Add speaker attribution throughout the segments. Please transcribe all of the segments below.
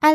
Speaker 1: 艾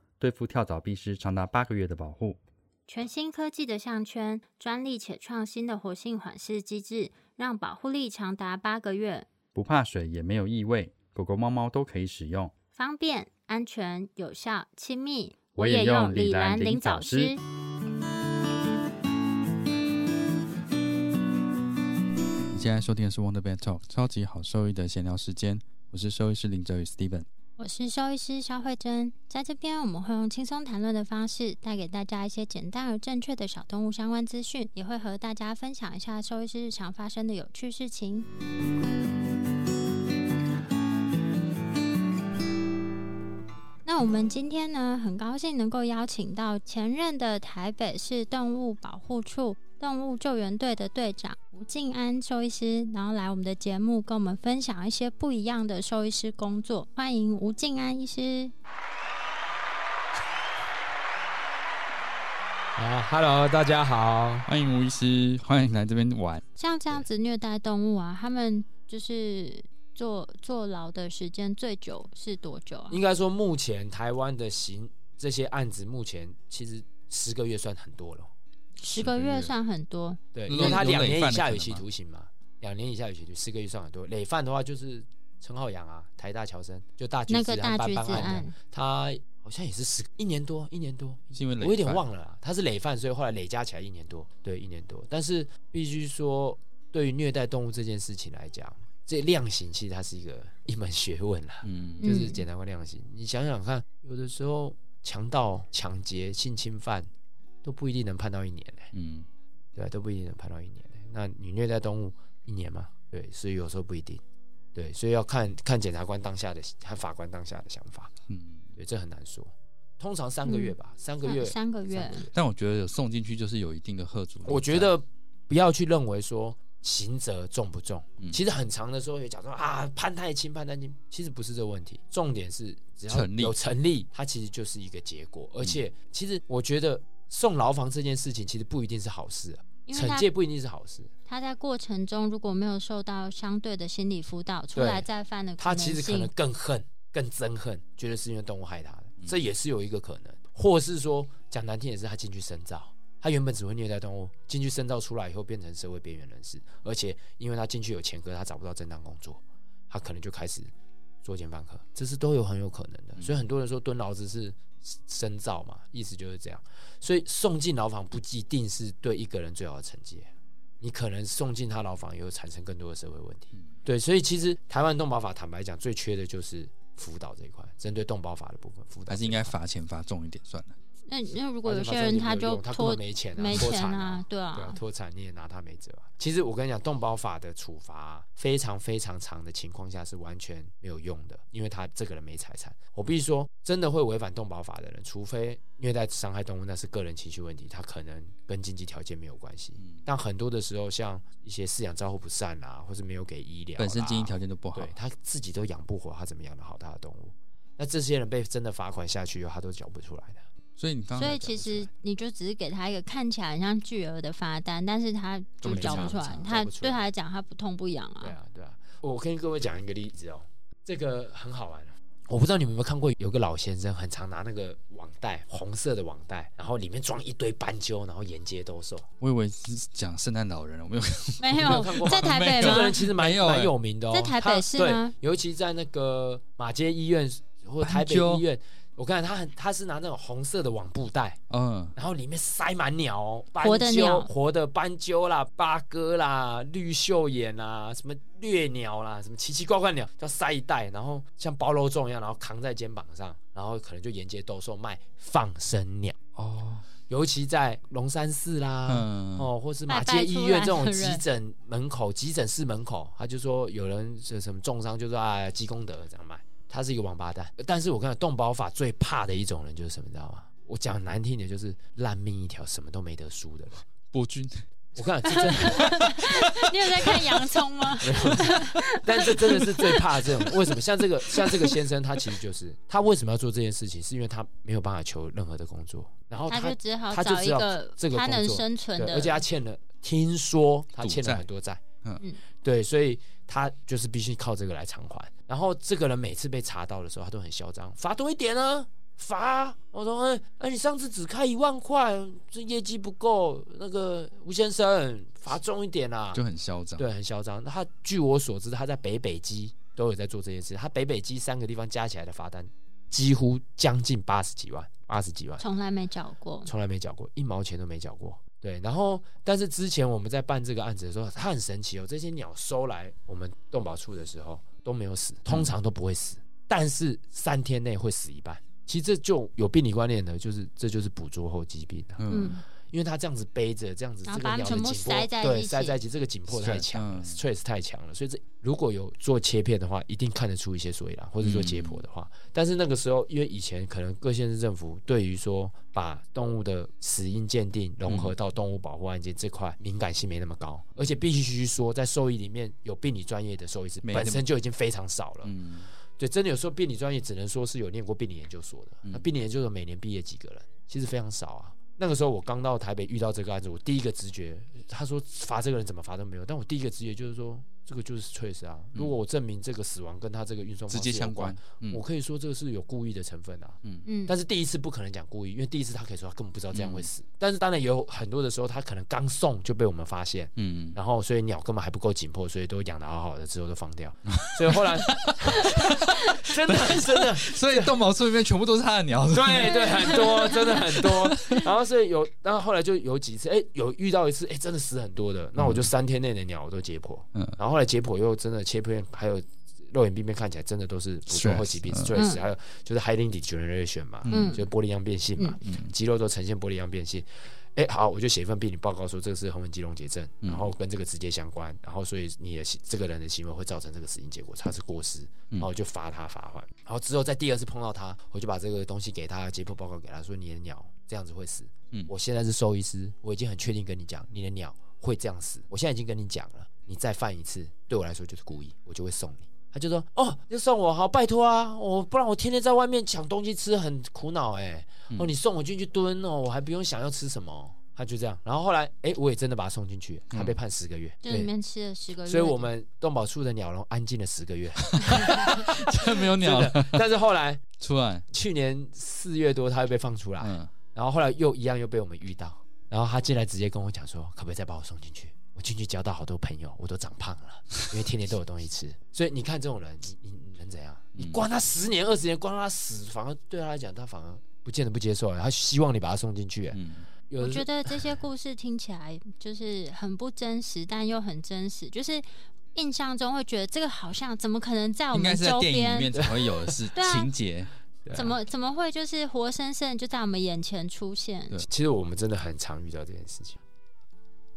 Speaker 2: 对付跳蚤必施长达八个月的保护。
Speaker 1: 全新科技的项圈，专利且创新的活性缓释机制，让保护力长达八个月，
Speaker 2: 不怕水也没有异味，狗狗、猫猫都可以使用。
Speaker 1: 方便、安全、有效、亲密。
Speaker 2: 我也用李兰林早师。
Speaker 3: 你现在收听的是 Wonder Vet Talk 超级好兽医的闲聊时间，我是兽医师林哲宇 Steven。
Speaker 1: 我是兽医师肖慧珍，在这边我们会用轻松谈论的方式，带给大家一些简单而正确的小动物相关资讯，也会和大家分享一下兽医师日常发生的有趣事情。那我们今天呢，很高兴能够邀请到前任的台北市动物保护处动物救援队的队长吴静安兽医师，然后来我们的节目跟我们分享一些不一样的兽医师工作。欢迎吴静安医师。
Speaker 4: 啊，Hello，大家好。
Speaker 3: 欢迎吴医师，欢迎来这边玩。
Speaker 1: 像这样子虐待动物啊，他们就是坐坐牢的时间最久是多久啊？
Speaker 4: 应该说，目前台湾的刑这些案子，目前其实十个月算很多了。
Speaker 1: 十个月算很多，
Speaker 4: 对，
Speaker 3: 那
Speaker 4: 因为他
Speaker 3: 有
Speaker 4: 两
Speaker 3: 累
Speaker 4: 年
Speaker 3: 犯
Speaker 4: 以
Speaker 3: 的
Speaker 4: 下
Speaker 3: 可
Speaker 4: 有
Speaker 3: 能
Speaker 4: 期
Speaker 3: 吗
Speaker 4: 徒刑嘛，两年以下有期徒，十个月算很多。累犯的话就是陈浩洋啊，台大侨生，就大橘
Speaker 1: 那
Speaker 4: 子
Speaker 1: 个大
Speaker 4: 啊，办
Speaker 1: 橘
Speaker 4: 办
Speaker 1: 子
Speaker 4: 案
Speaker 1: 案
Speaker 4: 的，。他好像也是十一年多，一年多，
Speaker 3: 是因为累
Speaker 4: 我有点
Speaker 3: 犯
Speaker 4: 忘了啦，他是累犯，所以后来累加起来一年多，对，一年多。但是必须说，对于虐待动物这件事情来讲，这量刑其实它是一个一门学问啊啦，
Speaker 3: 嗯，
Speaker 4: 就是
Speaker 1: 嗯
Speaker 4: 简单化量刑。你想想看，有的时候强盗、抢劫、性侵犯都不一定能判到一年嘞、
Speaker 3: 嗯，
Speaker 4: 对、吧？啊都不一定能判到一年嘞、那你虐待动物一年吗？对，所以有时候不一定。对，所以要看看检察官当下的和法官当下的想法，
Speaker 3: 嗯。
Speaker 4: 对，这很难说。通常三个月吧，三个
Speaker 1: 嗯
Speaker 4: 月，
Speaker 1: 三个月
Speaker 4: 三个月
Speaker 3: 但我觉得有送进去就是有一定的贺主力在。
Speaker 4: 我觉得不要去认为说刑责重不重，
Speaker 3: 嗯
Speaker 4: 其实很长的时候也讲说啊判太轻判太轻，其实不是这个问题，重点是只要
Speaker 3: 成立嗯
Speaker 4: 有成立，它其实就是一个结果，而且其实我觉得送牢房这件事情其实不一定是好事、啊，
Speaker 1: 因为
Speaker 4: 惩
Speaker 1: 他
Speaker 4: 戒不一定是好事，
Speaker 1: 他在过程中如果没有受到相对的心理辅导，出来再犯的可
Speaker 4: 他
Speaker 1: 能
Speaker 4: 其
Speaker 1: 性，
Speaker 4: 实可能更恨、更憎恨，觉得是因为动物害他的，这也是有一个可能，或是说讲难听也是他进去深造。他原本只会虐待动物，进去深造出来以后变成社会边缘人士，而且因为他进去有前科，他找不到正当工作，他可能就开始作奸犯科，这是都有很有可能的。所以很多人说蹲牢只是深造嘛，意思就是这样。所以送进牢房不一定是对一个人最好的惩戒，你可能送进他牢房以后产生更多的社会问题。
Speaker 3: 嗯
Speaker 4: 对，所以其实台湾动保法坦白讲，最缺的就是辅导这一块，针对动保法的部分辅导
Speaker 3: 还是应该罚钱罚重一点算了。
Speaker 1: 那那如果
Speaker 4: 完
Speaker 1: 有
Speaker 4: 全发
Speaker 1: 些
Speaker 4: 生
Speaker 1: 人
Speaker 4: 也没有
Speaker 1: 就
Speaker 4: 用啊他根
Speaker 1: 拖
Speaker 4: 本没钱啊，
Speaker 1: 没
Speaker 4: 脱
Speaker 1: 钱
Speaker 4: 产
Speaker 1: 啊，对
Speaker 4: 对啊
Speaker 1: 啊，，
Speaker 4: 脱产你也拿他没辙啊。其实我跟你讲，动保法的处罚啊、非常非常长的情况下是完全没有用的，因为他这个人没财产。我必须说，真的会违反动保法的人，除非虐待伤害动物，那是个人情绪问题，他可能跟经济条件没有关系。
Speaker 3: 嗯
Speaker 4: 但很多的时候，像一些饲养照护不善啊，或是没有给医疗啦，
Speaker 3: 本身经济条件就不好
Speaker 4: 对，他自己都养不活，他怎么养得好他的动物？那这些人被真的罚款下去以后，他都缴不出来的。
Speaker 3: 所以你刚刚
Speaker 1: 所以
Speaker 3: 有讲
Speaker 1: 其
Speaker 3: 得出来
Speaker 1: 实你就只是给他一个看起来很像巨额的罚单，但是他就
Speaker 4: 没
Speaker 1: 交不
Speaker 4: 差
Speaker 1: 出
Speaker 4: 没
Speaker 1: 来
Speaker 4: 差，
Speaker 1: 他
Speaker 4: 交不出
Speaker 1: 对
Speaker 4: 来
Speaker 1: 他来讲他不痛不痒
Speaker 4: 对
Speaker 1: 啊。
Speaker 4: 啊，对啊。我跟各位讲一个例子哦，这个很好玩。哦我不知道你们有没有看过，有个老先生很常拿那个网袋，红色的网袋，然后里面装一堆斑鸠，然后沿街兜售。
Speaker 3: 我以为是讲圣诞老人，我没有
Speaker 1: 没
Speaker 4: 你没有
Speaker 1: 有
Speaker 4: 看过吗
Speaker 1: 在台
Speaker 3: 没
Speaker 1: 北
Speaker 3: 有
Speaker 4: 这个
Speaker 1: 吗
Speaker 4: 人？其实蛮
Speaker 3: 没有欸
Speaker 4: 蛮有名的哦，
Speaker 1: 在台北
Speaker 4: 他
Speaker 1: 市
Speaker 4: 对
Speaker 1: 吗
Speaker 4: 尤其在那个马街医院或台
Speaker 3: 斑
Speaker 4: 北
Speaker 3: 鸠
Speaker 4: 医院，我看他很他是拿那种红色的网布袋，
Speaker 3: 嗯，
Speaker 4: 然后里面塞满鸟、哦，斑
Speaker 1: 活的
Speaker 4: 鸠
Speaker 1: 鸟
Speaker 4: 活的斑鸠啦、八哥啦、绿袖眼啦、什么掠鸟啦、什么奇奇怪怪鸟，要塞一袋，然后像包肉粽一样，然后扛在肩膀上，然后可能就沿街兜售卖放生鸟，
Speaker 3: 哦，
Speaker 4: 尤其在龙山寺啦。
Speaker 3: 嗯，
Speaker 4: 哦，或是马
Speaker 1: 拜拜
Speaker 4: 街医
Speaker 1: 出
Speaker 4: 院
Speaker 1: 来
Speaker 4: 这种
Speaker 1: 的
Speaker 4: 急
Speaker 1: 人
Speaker 4: 诊门口、急诊室门口，他就说有人是什么重伤，就说啊积功德这样卖，他是一个王八蛋。但是我跟你讲，动保法最怕的一种人就是什么，你知道吗？我讲难听一点，就是烂命一条，什么都没得输的人。
Speaker 3: 博君，
Speaker 4: 我看这真的，
Speaker 1: 你有在看洋葱吗？
Speaker 4: 但这真的是最怕这种。为什么？像这个，像这个先生，他其实就是他为什么要做这件事情，是因为他没有办法求任何的工作，然后
Speaker 1: 他
Speaker 4: 哦他
Speaker 1: 就只好
Speaker 4: 他就
Speaker 1: 找一
Speaker 4: 只好
Speaker 1: 个
Speaker 4: 这个
Speaker 1: 他
Speaker 4: 工
Speaker 1: 能
Speaker 4: 作
Speaker 1: 生存
Speaker 4: 对，
Speaker 1: 的，
Speaker 4: 而且他欠了，听说他欠
Speaker 3: 赌债
Speaker 4: 了很多债，
Speaker 3: 嗯
Speaker 1: 嗯
Speaker 4: 对，所以他就是必须靠这个来偿还。然后这个人每次被查到的时候，他都很嚣张，罚多一点啊，罚啊！我说，哎、哎，你上次只开一万块，这业绩不够，那个吴先生罚重一点啊，
Speaker 3: 就很嚣张。
Speaker 4: 对，很嚣张。那他据我所知，他在北北基都有在做这件事，他北北基三个地方加起来的罚单几乎将近八十几万，八十几万。
Speaker 1: 从来没找过。
Speaker 4: 从来没缴过，一毛钱都没缴过。对，然后但是之前我们在办这个案子的时候，它很神奇哦，这些鸟收来我们动保处的时候都没有死，通常都不会死，但是三天内会死一半。其实这就有病理观念的，就是这就是捕捉后疾病啊，
Speaker 3: 嗯
Speaker 1: 嗯，
Speaker 4: 因为它这样子背着，这样子
Speaker 1: 然后
Speaker 4: 这个
Speaker 1: 把它
Speaker 4: 鸟
Speaker 1: 们全
Speaker 4: 的
Speaker 1: 部
Speaker 4: 紧
Speaker 1: 塞
Speaker 4: 迫
Speaker 1: 在一
Speaker 4: 对
Speaker 1: 起
Speaker 4: 塞在一起，这个紧迫
Speaker 3: 啊
Speaker 4: 太强了
Speaker 3: Stress，
Speaker 4: ，stress 太强了，所以这如果有做切片的话，一定看得出一些所以然，或者做解剖的话，
Speaker 3: 嗯
Speaker 4: 但是那个时候，因为以前可能各县市政府对于说把动物的死因鉴定融合到动物保护案件这块敏感性没那么高，而且必须说，在兽医里面有病理专业的兽医师
Speaker 3: 没那么
Speaker 4: 本身就已经非常少了。
Speaker 3: 嗯，
Speaker 4: 对，真的有时候病理专业只能说是有念过病理研究所的，
Speaker 3: 嗯
Speaker 4: 那病理研究所每年毕业几个人，其实非常少啊。那个时候我刚到台北遇到这个案子，我第一个直觉，他说罚这个人怎么罚都没有，但我第一个直觉就是说，这个就是 trace 啊。如果我证明这个死亡跟他这个运送
Speaker 3: 嗯直
Speaker 4: 方
Speaker 3: 接
Speaker 4: 式有
Speaker 3: 相关
Speaker 4: 关，。
Speaker 3: 嗯
Speaker 4: 我可以说这个是有故意的成分啊。
Speaker 1: 嗯，
Speaker 4: 但是第一次不可能讲故意，因为第一次他可以说他根本不知道这
Speaker 3: 嗯
Speaker 4: 样会死。但是当然也有很多的时候，他可能刚送就被我们发现，
Speaker 3: 嗯，
Speaker 4: 然后所以鸟根本还不够紧迫，所以都养的好好的，之后都放 掉。所以后来真的真的
Speaker 3: 所以动保处里面全部都是他的鸟，是吧
Speaker 4: 对对很多真的很多。 然后是有，然后后来就有几次，哎，有遇到一次，哎，真的死很多的，那我就三天内的鸟我都解剖，
Speaker 3: 嗯
Speaker 4: 然后后来解剖又真的切片，还有肉眼病变看起来真的都是不错
Speaker 3: Stress，
Speaker 4: 后期病
Speaker 3: 嗯
Speaker 4: stress，、还有就是 high link degeneration 嘛，
Speaker 1: 嗯
Speaker 4: 就是玻璃样变性嘛，
Speaker 3: 嗯
Speaker 4: 肌肉都呈现玻璃样变性。哎，好，我就写一份病理报告说这个是横纹肌溶解症，
Speaker 3: 嗯
Speaker 4: 然后跟这个直接相关，然后所以你的行这个人的行为会造成这个死因结果，他是过失，然后我就罚他罚款，然后之后在第二次碰到他，我就把这个东西给他解剖报告给他说你的鸟这样子会死，
Speaker 3: 嗯
Speaker 4: 我现在是兽医师，我已经很确定跟你讲你的鸟会这样死，我现在已经跟你讲了，你再犯一次对我来说就是故意，我就会送你。他就说：“哦，你送我好，拜托啊，我不然我天天在外面抢东西吃，很苦恼哎、哦，你送我进去蹲哦，我还不用想要吃什么。他就这样，然后后来，哎，我也真的把他送进去，他被判十个月。
Speaker 1: 这里
Speaker 4: 对，
Speaker 1: 面吃了十个月，
Speaker 4: 所以我们动保处的鸟笼安静了十个月。
Speaker 3: 没有鸟了，
Speaker 4: 但 是后来
Speaker 3: 出来，
Speaker 4: 去年四月多，他又被放出 来，
Speaker 3: 嗯，
Speaker 4: 然后后来又一样又被我们遇到，然后他进来直接跟我讲说，可不可以再把我送进去？我进去交到好多朋友，我都长胖了，因为天天都有东西吃。所以你看这种人，你你你能怎样？你关他十年二十年，关他死，反而对他来讲，他反而不见得不接受，他希望你把他送进去。
Speaker 3: 嗯
Speaker 4: 有
Speaker 1: 我
Speaker 4: 的
Speaker 1: 觉
Speaker 4: 是
Speaker 1: 得这些故事听起来就是很不真实，但又很真实，就是印象中会觉得这个好像怎么可能在我
Speaker 3: 应该
Speaker 1: 们
Speaker 3: 是在
Speaker 1: 周
Speaker 3: 电影里面
Speaker 1: 边？
Speaker 3: 才会有的是
Speaker 1: 对啊
Speaker 3: 情节，
Speaker 4: 对啊
Speaker 1: 怎么怎么会就是活生生地就在我们眼前出现？
Speaker 3: 对
Speaker 4: 其实我们真的很常遇到这件事情。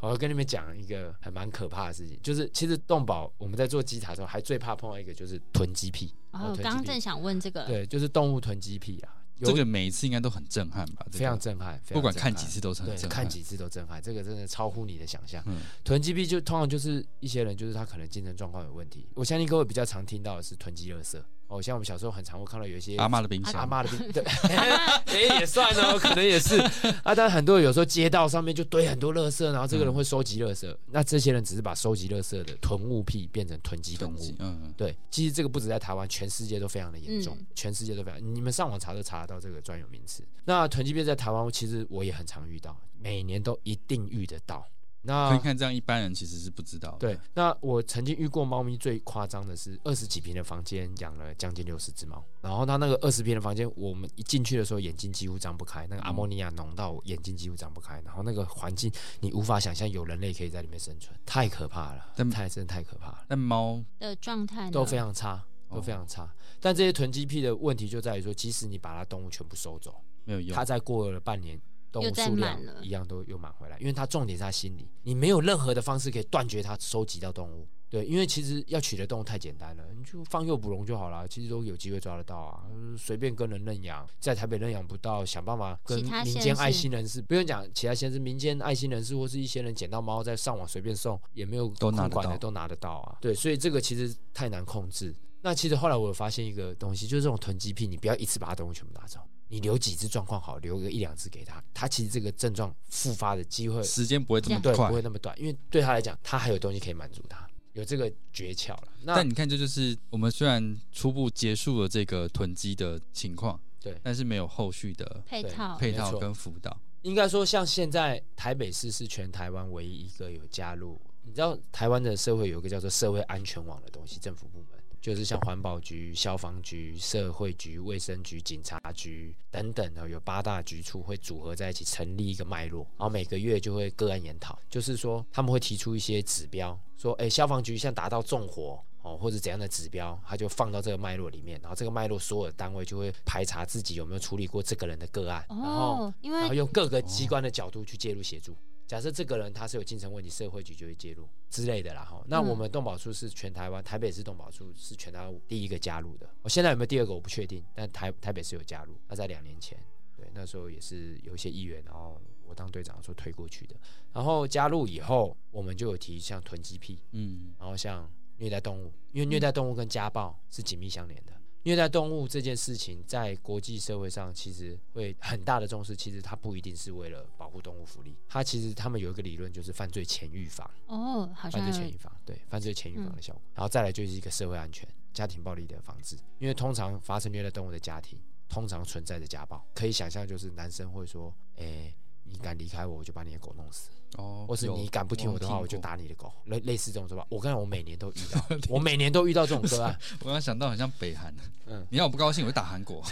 Speaker 4: 我要跟你们讲一个还蛮可怕的事情，就是其实动保我们在做鸡塔的时候，还最怕碰到一个就是囤积癖，
Speaker 1: 然后
Speaker 4: 哦囤积
Speaker 1: 刚刚
Speaker 4: 癖
Speaker 1: 正想问这个，
Speaker 4: 对，就是动物囤积癖啊，有
Speaker 3: 这个每一次应该都很震撼吧？这个
Speaker 4: 非常震撼，非常
Speaker 3: 不管
Speaker 4: 震
Speaker 3: 看
Speaker 4: 撼
Speaker 3: 几次都是很
Speaker 4: 啊对，
Speaker 3: 震撼
Speaker 4: 看。几次都震撼，这个真的超乎你的想象。
Speaker 3: 嗯
Speaker 4: 囤积癖就通常就是一些人，就是他可能精神状况有问题。我相信各位比较常听到的是囤积垃圾哦，像我们小时候很常会看到有一些
Speaker 3: 阿妈的冰箱，
Speaker 4: 阿妈的 病，对，哎也算哦，可能也是 啊。但很多人有时候街道上面就堆很多垃圾，然后这个人会收集垃圾，那这些人只是把收集垃圾的囤物癖变成囤积动
Speaker 3: 囤积
Speaker 4: 物。
Speaker 3: 嗯，嗯
Speaker 4: 对，其实这个不止在台湾，全世界都非常的严重，
Speaker 1: 嗯
Speaker 4: 全世界都非常。你们上网查都查得到这个专有名词。那囤积癖在台湾，其实我也很常遇到，每年都一定遇得到。那
Speaker 3: 可以看这样，一般人其实是不知道的。
Speaker 4: 啊对，那我曾经遇过猫咪最夸张的是二十几平的房间养了将近六十只猫，然后它那个二十平的房间，我们一进去的时候眼睛几乎张不开，那个阿莫尼亚浓到我眼睛几乎张不开，然后那个环境你无法想象有人类可以在里面生存，太可怕了
Speaker 3: 但，
Speaker 4: 太真的太可怕了，
Speaker 3: 但猫
Speaker 1: 的状态呢
Speaker 4: 都非常差，
Speaker 3: 哦
Speaker 4: 都非常差。但这些囤积癖的问题就在于说，即使你把它动物全部收走，
Speaker 3: 没有用
Speaker 4: 它，在过了半年。动
Speaker 1: 又
Speaker 4: 物
Speaker 1: 再
Speaker 4: 数量
Speaker 1: 满了
Speaker 4: 一样都又满回来，因为它重点在心理，你没有任何的方式可以断绝它收集到动物。对，因为其实要取得动物太简单了，你就放诱捕笼就好了，其实都有机会抓得到啊。呃随便跟人认养，在台北认养不到，想办法跟
Speaker 1: 其他
Speaker 4: 民
Speaker 1: 县
Speaker 4: 间爱
Speaker 1: 市
Speaker 4: 心人士，不用讲其他县市，民间爱心人士或是一些人捡到猫再上网随便送，也没有
Speaker 3: 都拿得
Speaker 4: 控管
Speaker 3: 到
Speaker 4: 的都拿得到啊。对，所以这个其实太难控制。那其实后来我有发现一个东西，就是这种囤积癖，你不要一次把它东西全部拿走，你留几只状况好，留个一两只给他，他其实这个症状复发的机会
Speaker 3: 时间不会这么
Speaker 1: 这
Speaker 4: 对，
Speaker 3: 快
Speaker 4: 不。会那么短，因为对他来讲，他还有东西可以满足他，有这个诀窍了。那
Speaker 3: 但你看，这就是我们虽然初步结束了这个囤积的情况，
Speaker 4: 对
Speaker 3: 但是没有后续的
Speaker 1: 配
Speaker 4: 对
Speaker 1: 套
Speaker 3: 配
Speaker 4: 没
Speaker 3: 套
Speaker 4: 错
Speaker 3: 跟辅导。
Speaker 4: 应该说，像现在台北市是全台湾唯一一个有加入，你知道台湾的社会有一个叫做社会安全网的东西，政府部门就是像环保局、消防局、社会局、卫生局、警察局等等的，有八大局处会组合在一起成立一个脉络，然后每个月就会个案研讨，就是说他们会提出一些指标，说，哎、消防局像达到纵火。哦，或者怎样的指标，它就放到这个脉络里面，然后这个脉络所有的单位就会排查自己有没有处理过这个人的个案，然后
Speaker 1: 哦，因
Speaker 4: 然后
Speaker 1: 为
Speaker 4: 用各个机关的角度去介入协助。假设这个人他是有精神问题，社会局就会介入之类的啦哈。那
Speaker 1: 嗯
Speaker 4: 我们动保处是全台湾，台北市动保处是全台湾第一个加入的。我现在有没有第二个我不确定，但台台北市有加入。那在两年前，对那时候也是有一些议员，然后我当队长说推过去的。然后加入以后，我们就有提像囤积癖，
Speaker 3: 嗯，
Speaker 4: 然后像虐待动物，因为虐待动物跟家暴是紧密相连的。虐待动物这件事情在国际社会上其实会很大的重视，其实它不一定是为了保护动物福利，它其实他们有一个理论就是犯罪前预防，
Speaker 1: 哦，好
Speaker 4: 犯
Speaker 1: 像
Speaker 4: 罪前
Speaker 1: 有
Speaker 4: 预防，对，犯罪前预防
Speaker 1: 嗯
Speaker 4: 的效果。然后再来就是一个社会安全、家庭暴力的防治，因为通常发生虐待动物的家庭，通常存在着家暴，可以想象就是男生会说，诶，你敢离开我，我就把你的狗弄死。
Speaker 3: 哦，
Speaker 4: 或是
Speaker 3: 有
Speaker 4: 你敢不听我的话，
Speaker 3: 有
Speaker 4: 我就
Speaker 3: 听过
Speaker 4: 打你的狗，类类似这种说法。我跟你讲，我每年都遇 到，我每年都遇到这种个案，
Speaker 3: 我刚刚想到很像北韩，
Speaker 4: 嗯
Speaker 3: 你让我不高兴，我就打韩 国。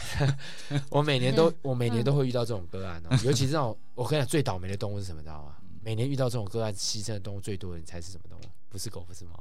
Speaker 4: 我每年都我每年都会遇到这种个案哦。
Speaker 3: 嗯
Speaker 4: 尤其这 种，我跟你讲，最倒霉的动物是什么，你知道吗？每年遇到这种个案，牺牲的动物最多的，你猜是什么动物？不是狗，不是猫，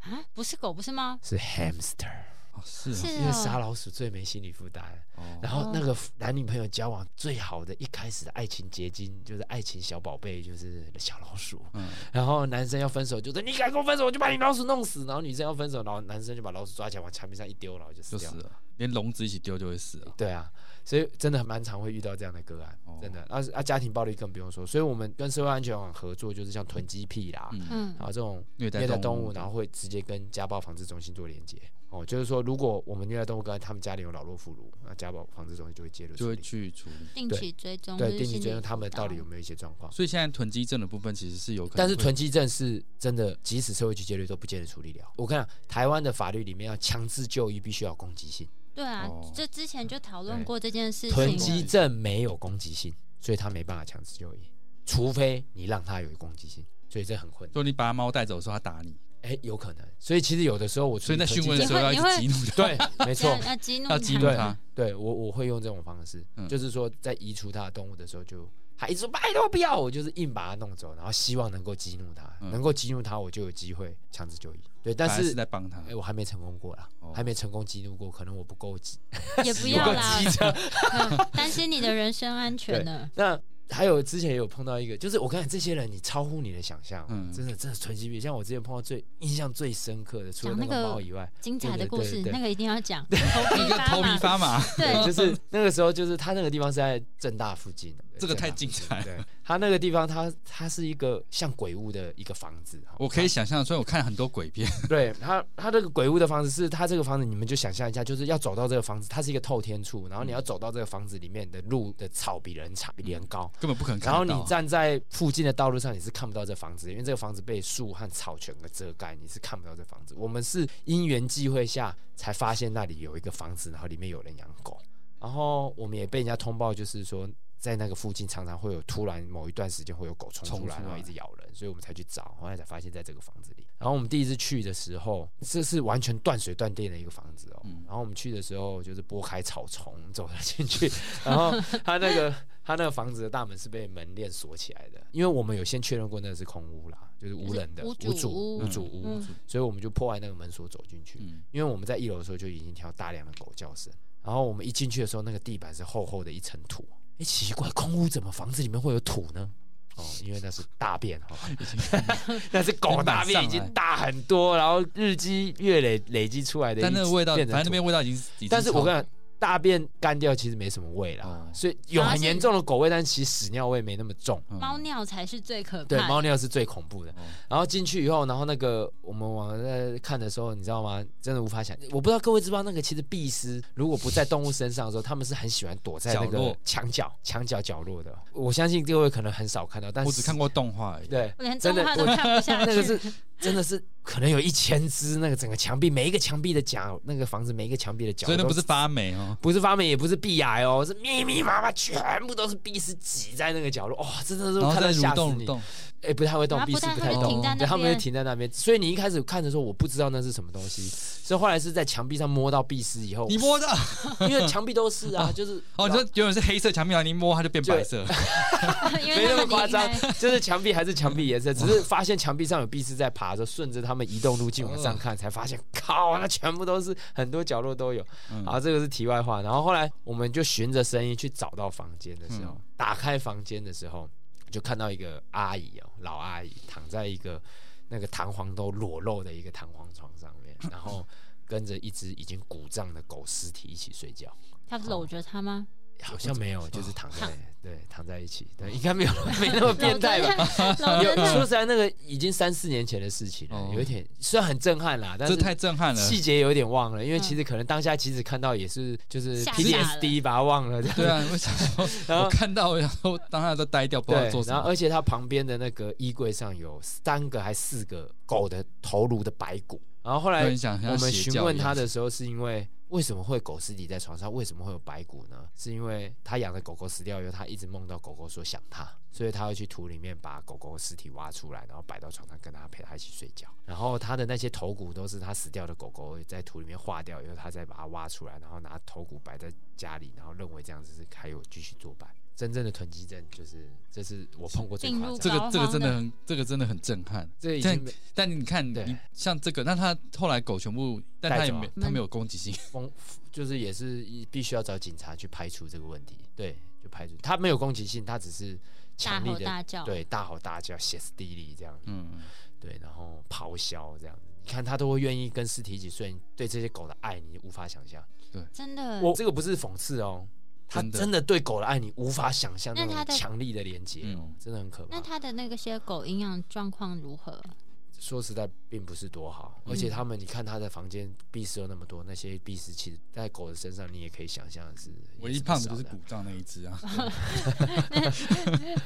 Speaker 1: 啊，不是狗，不是猫，
Speaker 4: 是 hamster，
Speaker 3: 哦，是
Speaker 1: 是
Speaker 3: 哦
Speaker 4: 啊因为杀
Speaker 1: 哦，
Speaker 4: 老鼠最没心理负担。
Speaker 3: 哦，
Speaker 4: 然后那个男女朋友交往最好的一开始的爱情结晶，就是爱情小宝贝，就是小老鼠。
Speaker 3: 嗯，
Speaker 4: 然后男生要分手，就是你敢跟我分手，我就把你老鼠弄死。然后女生要分手，然后男生就把老鼠抓起来往墙壁上一丢，然后就死
Speaker 3: 就
Speaker 4: 掉
Speaker 3: 死
Speaker 4: 了。
Speaker 3: 了，连笼子一起丢就会死了。
Speaker 4: 对啊，所以真的蛮常会遇到这样的个案，
Speaker 3: 哦
Speaker 4: 真的。啊啊，家庭暴力更不用说。所以我们跟社会安全网合作，就是像囤积癖啦，
Speaker 3: 嗯，
Speaker 1: 嗯
Speaker 4: 然，后这种
Speaker 3: 虐待
Speaker 4: 虐待
Speaker 3: 动
Speaker 4: 动物，
Speaker 3: 的
Speaker 4: 然后会直接跟家暴防治中心做连接。哦，就是说，如果我们虐待动物跟他们家里有老弱妇孺，那家暴防治中心就会介入
Speaker 3: 就
Speaker 4: 处
Speaker 3: 会
Speaker 4: 理，
Speaker 3: 去处理。
Speaker 1: 定
Speaker 4: 对
Speaker 1: 期追踪，就
Speaker 4: 对，
Speaker 1: 是
Speaker 4: 定期
Speaker 1: 心
Speaker 4: 追
Speaker 1: 理
Speaker 4: 踪他
Speaker 1: 辅
Speaker 4: 们到底
Speaker 1: 导
Speaker 4: 有没有一些状况。
Speaker 3: 所以现在囤积症的部分其实是有可能会，
Speaker 4: 但是囤积症是真的，即使社会局戒律都不见得处理了。我看台湾的法律里面要强制就医，必须要有攻击性，
Speaker 1: 对啊
Speaker 3: 哦，
Speaker 1: 这之前就讨论
Speaker 4: 对
Speaker 1: 过这件事情了，
Speaker 4: 囤积症没有攻击性，所以他没办法强制就医，除非你让他有攻击性，所以这很困难。
Speaker 3: 就你把猫带走的时候，它打你，
Speaker 4: 哎、有可能，所以其实有的时候我处
Speaker 3: 所以
Speaker 4: 理
Speaker 3: 在
Speaker 4: 囤积
Speaker 3: 询问的时
Speaker 4: 症
Speaker 3: 候要一
Speaker 1: 你会
Speaker 3: 直激怒它，
Speaker 4: 对，没错
Speaker 1: 要，要激怒
Speaker 3: 要激怒
Speaker 1: 他
Speaker 4: 对
Speaker 3: 它。
Speaker 4: 对我我会用这种方式，
Speaker 3: 嗯
Speaker 4: 就是说在移除他的动物的时候就。他一直说拜托不要，我就是硬把它弄走，然后希望能够激怒他，
Speaker 3: 嗯
Speaker 4: 能够激怒他，我就有机会强制就医。对，但
Speaker 3: 反而
Speaker 4: 是
Speaker 3: 是在帮它
Speaker 4: 哎、。我还没成功过啦，
Speaker 3: 哦
Speaker 4: 还没成功激怒过，可能我不够激。
Speaker 1: 也不
Speaker 4: 习
Speaker 1: 要
Speaker 4: 惯
Speaker 1: 啦，
Speaker 4: 机
Speaker 1: 嗯担心你的人身安全呢。
Speaker 4: 那还有之前也有碰到一个，就是我刚才这些人，你超乎你的想象，
Speaker 3: 嗯
Speaker 4: 真的真的纯洁比。像我之前碰到最印象最深刻的，除了
Speaker 1: 讲
Speaker 4: 那
Speaker 1: 那
Speaker 4: 个
Speaker 1: 个
Speaker 4: 猫以外，
Speaker 1: 精彩的故事
Speaker 4: 对对，对
Speaker 1: 那个一定要讲，头皮
Speaker 3: 一个头皮
Speaker 1: 麻。
Speaker 3: 发 麻，
Speaker 1: 对，哦
Speaker 4: 就是那个时候，就是他那个地方是在正大附近的，
Speaker 3: 这个太
Speaker 4: 近。
Speaker 3: 精彩。
Speaker 4: 对他那个地方它，它是一个像鬼屋的一个房子，
Speaker 3: 我可以想象，虽然我看了很多鬼片，
Speaker 4: 对他，他这个鬼屋的房子是他这个房子，你们就想象一下，就是要走到这个房子，它是一个透天处，然
Speaker 3: 嗯
Speaker 4: 后你要走到这个房子里面的路的草比人长，比人高，
Speaker 3: 根本不可能看
Speaker 4: 然后
Speaker 3: 得到。啊
Speaker 4: 你站在附近的道路上，你是看不到这房子的，因为这个房子被树和草全给遮盖，你是看不到这房子。我们是因缘际会下才发现那里有一个房子，然后里面有人养狗，然后我们也被人家通报，就是说在那个附近常常会有突然某一段时间会有狗冲出
Speaker 3: 冲
Speaker 4: 来，
Speaker 3: 出来
Speaker 4: 然后一直咬人，所以我们才去找，后来才发现在这个房子里。然后我们第一次去的时候，这是完全断水断电的一个房子哦。
Speaker 3: 嗯
Speaker 4: 然后我们去的时候就是拨开草丛走了进去，然后他那个他那个房子的大门是被门链锁起来的，因为我们有先确认过那是空屋啦，就是无人的
Speaker 1: 无
Speaker 4: 无
Speaker 1: 主
Speaker 4: 主
Speaker 1: 屋
Speaker 4: 无主屋，
Speaker 1: 嗯
Speaker 4: 所以我们就破坏那个门锁走进去。
Speaker 3: 嗯，
Speaker 4: 因为我们在一楼的时候就已经听到大量的狗叫声，然后我们一进去的时候，那个地板是厚厚的一层土。哎，奇怪，空屋怎么房子里面会有土呢？哦，因为那是大便 哦，那是狗大便，已
Speaker 3: 已经满上来
Speaker 4: 经大很多，然后日积月累累积出来的一，
Speaker 3: 但那个味道，
Speaker 4: 变
Speaker 3: 反正那
Speaker 4: 成土
Speaker 3: 边味道已经，已经
Speaker 4: 但是我
Speaker 3: 超
Speaker 4: 跟你讲，大便干掉其实没什么味啦，
Speaker 3: 哦
Speaker 4: 所以有很严重的狗味，但其实屎尿味没那么重。
Speaker 3: 嗯
Speaker 1: 猫尿才是最可怕
Speaker 4: 对
Speaker 1: 的。，
Speaker 4: 猫尿是最恐怖的
Speaker 3: 哦。
Speaker 4: 然后进去以后，然后那个我们网上在看的时候，你知道吗？真的无法想，我不知道各位知不知道，那个其实壁狮如果不在动物身上的时候，他们是很喜欢躲在那
Speaker 3: 角
Speaker 4: 个
Speaker 3: 落
Speaker 4: 墙角、墙角角落的。我相信各位可能很少看到，但是
Speaker 3: 我只看过动画而已。
Speaker 4: 对，
Speaker 1: 我连
Speaker 4: 真
Speaker 1: 动
Speaker 4: 的
Speaker 1: 画都看不下
Speaker 4: 那
Speaker 1: 去。
Speaker 4: 个是真的是可能有一千只那个整个墙壁，每一个墙壁的角，那个房子每一个墙壁的角，
Speaker 3: 所以那不是发霉哦，
Speaker 4: 不是发霉，也不是壁癌哦，是密密麻麻，全部都是壁是挤在那个角落，哇、真的是
Speaker 3: 然后
Speaker 4: 看
Speaker 3: 再
Speaker 4: 到
Speaker 3: 蠕
Speaker 4: 吓死
Speaker 3: 动蠕
Speaker 4: 你。
Speaker 3: 动，
Speaker 4: 哎、不太会动，
Speaker 1: 它
Speaker 4: 壁
Speaker 1: 不
Speaker 4: 是
Speaker 1: 太
Speaker 4: 不太
Speaker 1: 会
Speaker 4: 动，
Speaker 1: 停在
Speaker 4: 对，
Speaker 1: 那
Speaker 4: 他们会
Speaker 1: 边。
Speaker 4: 停在那边，所以你一开始看的时候，我不知道那是什么东 西，所以后来是在墙壁上摸到壁虱以后
Speaker 3: 你，摸到
Speaker 4: 因为墙壁都是啊，就是
Speaker 3: 哦，你说原本是黑色墙面，然后你一摸它就变白色，
Speaker 1: 因
Speaker 4: 没
Speaker 1: 为
Speaker 4: 那
Speaker 1: 它
Speaker 4: 么
Speaker 1: 们
Speaker 4: 夸张
Speaker 1: 离开，
Speaker 4: 就是墙壁还是墙壁颜色，只是发现墙壁上有壁虱在爬的时候，顺着他们移动路径往上看，才发现靠，那全部都是很多角落都有。
Speaker 3: 嗯
Speaker 4: 好，这个是题外话。然后后来我们就循着声音去找到房间的时候，
Speaker 3: 嗯
Speaker 4: 打开房间的时候，就看到一个阿姨哦，老阿姨躺在一个那个弹簧都裸露的一个弹簧床上面，然后跟着一只已经鼓胀的狗尸体一起睡觉。
Speaker 1: 它搂着它吗？
Speaker 4: 好像没有，就是躺在对躺在一起，对，应该没有没那么变态吧？
Speaker 1: 搂着
Speaker 4: 有
Speaker 1: 它，
Speaker 4: 说实在，那个已经三四年前的事情
Speaker 3: 哦
Speaker 4: 了，有一点虽然很震撼啦，但
Speaker 3: 这
Speaker 4: 是
Speaker 3: 太震撼了。
Speaker 4: 细节有点忘了，因为其实可能当下其实看到也是就是
Speaker 1: 吓傻了
Speaker 4: PTSD 把它忘了，
Speaker 3: 对啊，我想说，
Speaker 4: 然后
Speaker 3: 我看到，我想说，当下都呆掉，不知道
Speaker 4: 对
Speaker 3: 做，什
Speaker 4: 然后
Speaker 3: 么。
Speaker 4: 而且它旁边的那个衣柜上有三个还四个狗的头颅的白骨，然后后
Speaker 3: 有
Speaker 4: 来
Speaker 3: 点想像
Speaker 4: 我们
Speaker 3: 邪
Speaker 4: 询
Speaker 3: 教
Speaker 4: 问
Speaker 3: 一样
Speaker 4: 他的时候，是因为为什么会狗尸体在床上，为什么会有白骨呢？是因为他养的狗狗死掉以后，他一直梦到狗狗说想他，所以他会去土里面把狗狗尸体挖出来，然后摆到床上跟他陪他一起睡觉。然后他的那些头骨都是他死掉的狗狗在土里面化掉以后，他再把它挖出来，然后拿头骨摆在家里，然后认为这样子是还有继续作伴。真正的囤积症就是，这是我碰过最
Speaker 1: 进
Speaker 4: 夸
Speaker 1: 入
Speaker 3: 这
Speaker 4: 张
Speaker 3: 个这
Speaker 4: 的，
Speaker 3: 个真的
Speaker 1: 老
Speaker 3: 很，这个真的很震撼。
Speaker 4: 这已
Speaker 3: 但
Speaker 4: 经被
Speaker 3: 但你看，
Speaker 4: 对
Speaker 3: 你像这个，那他后来狗全部，但他
Speaker 4: 带
Speaker 3: 也
Speaker 4: 走啊
Speaker 3: 没
Speaker 1: 嗯
Speaker 3: 他没有攻击性，
Speaker 4: 封，就是也是一必须要找警察去排除这个问题。对，就排除他没有攻击性，他只是
Speaker 1: 大
Speaker 4: 强力
Speaker 1: 吼
Speaker 4: 的
Speaker 1: 大叫。
Speaker 4: 对大吼大叫、歇斯底里这样，
Speaker 3: 嗯，
Speaker 4: 对，然后咆哮这样子。你看他都会愿意跟尸体一起睡，你对这些狗的爱你无法想象。
Speaker 1: 真的，
Speaker 4: 我这个不是讽刺哦，他
Speaker 3: 真的
Speaker 4: 真的对狗的爱你无法想象
Speaker 1: 那
Speaker 4: 那
Speaker 1: 他
Speaker 4: 种
Speaker 1: 的
Speaker 4: 强力的连接哦
Speaker 3: 嗯，
Speaker 4: 真的很可怕
Speaker 1: 那。它的那个些狗营养状况如何？
Speaker 4: 说实在，并不是多好，而且
Speaker 3: 嗯
Speaker 4: 他们，你看他的房间壁虱有那么多，那些壁虱其实在狗的身上，你也可以想象的是，
Speaker 3: 唯
Speaker 4: 也
Speaker 3: 一
Speaker 4: 不
Speaker 3: 胖的
Speaker 4: 少
Speaker 3: 就是鼓胀那一只啊，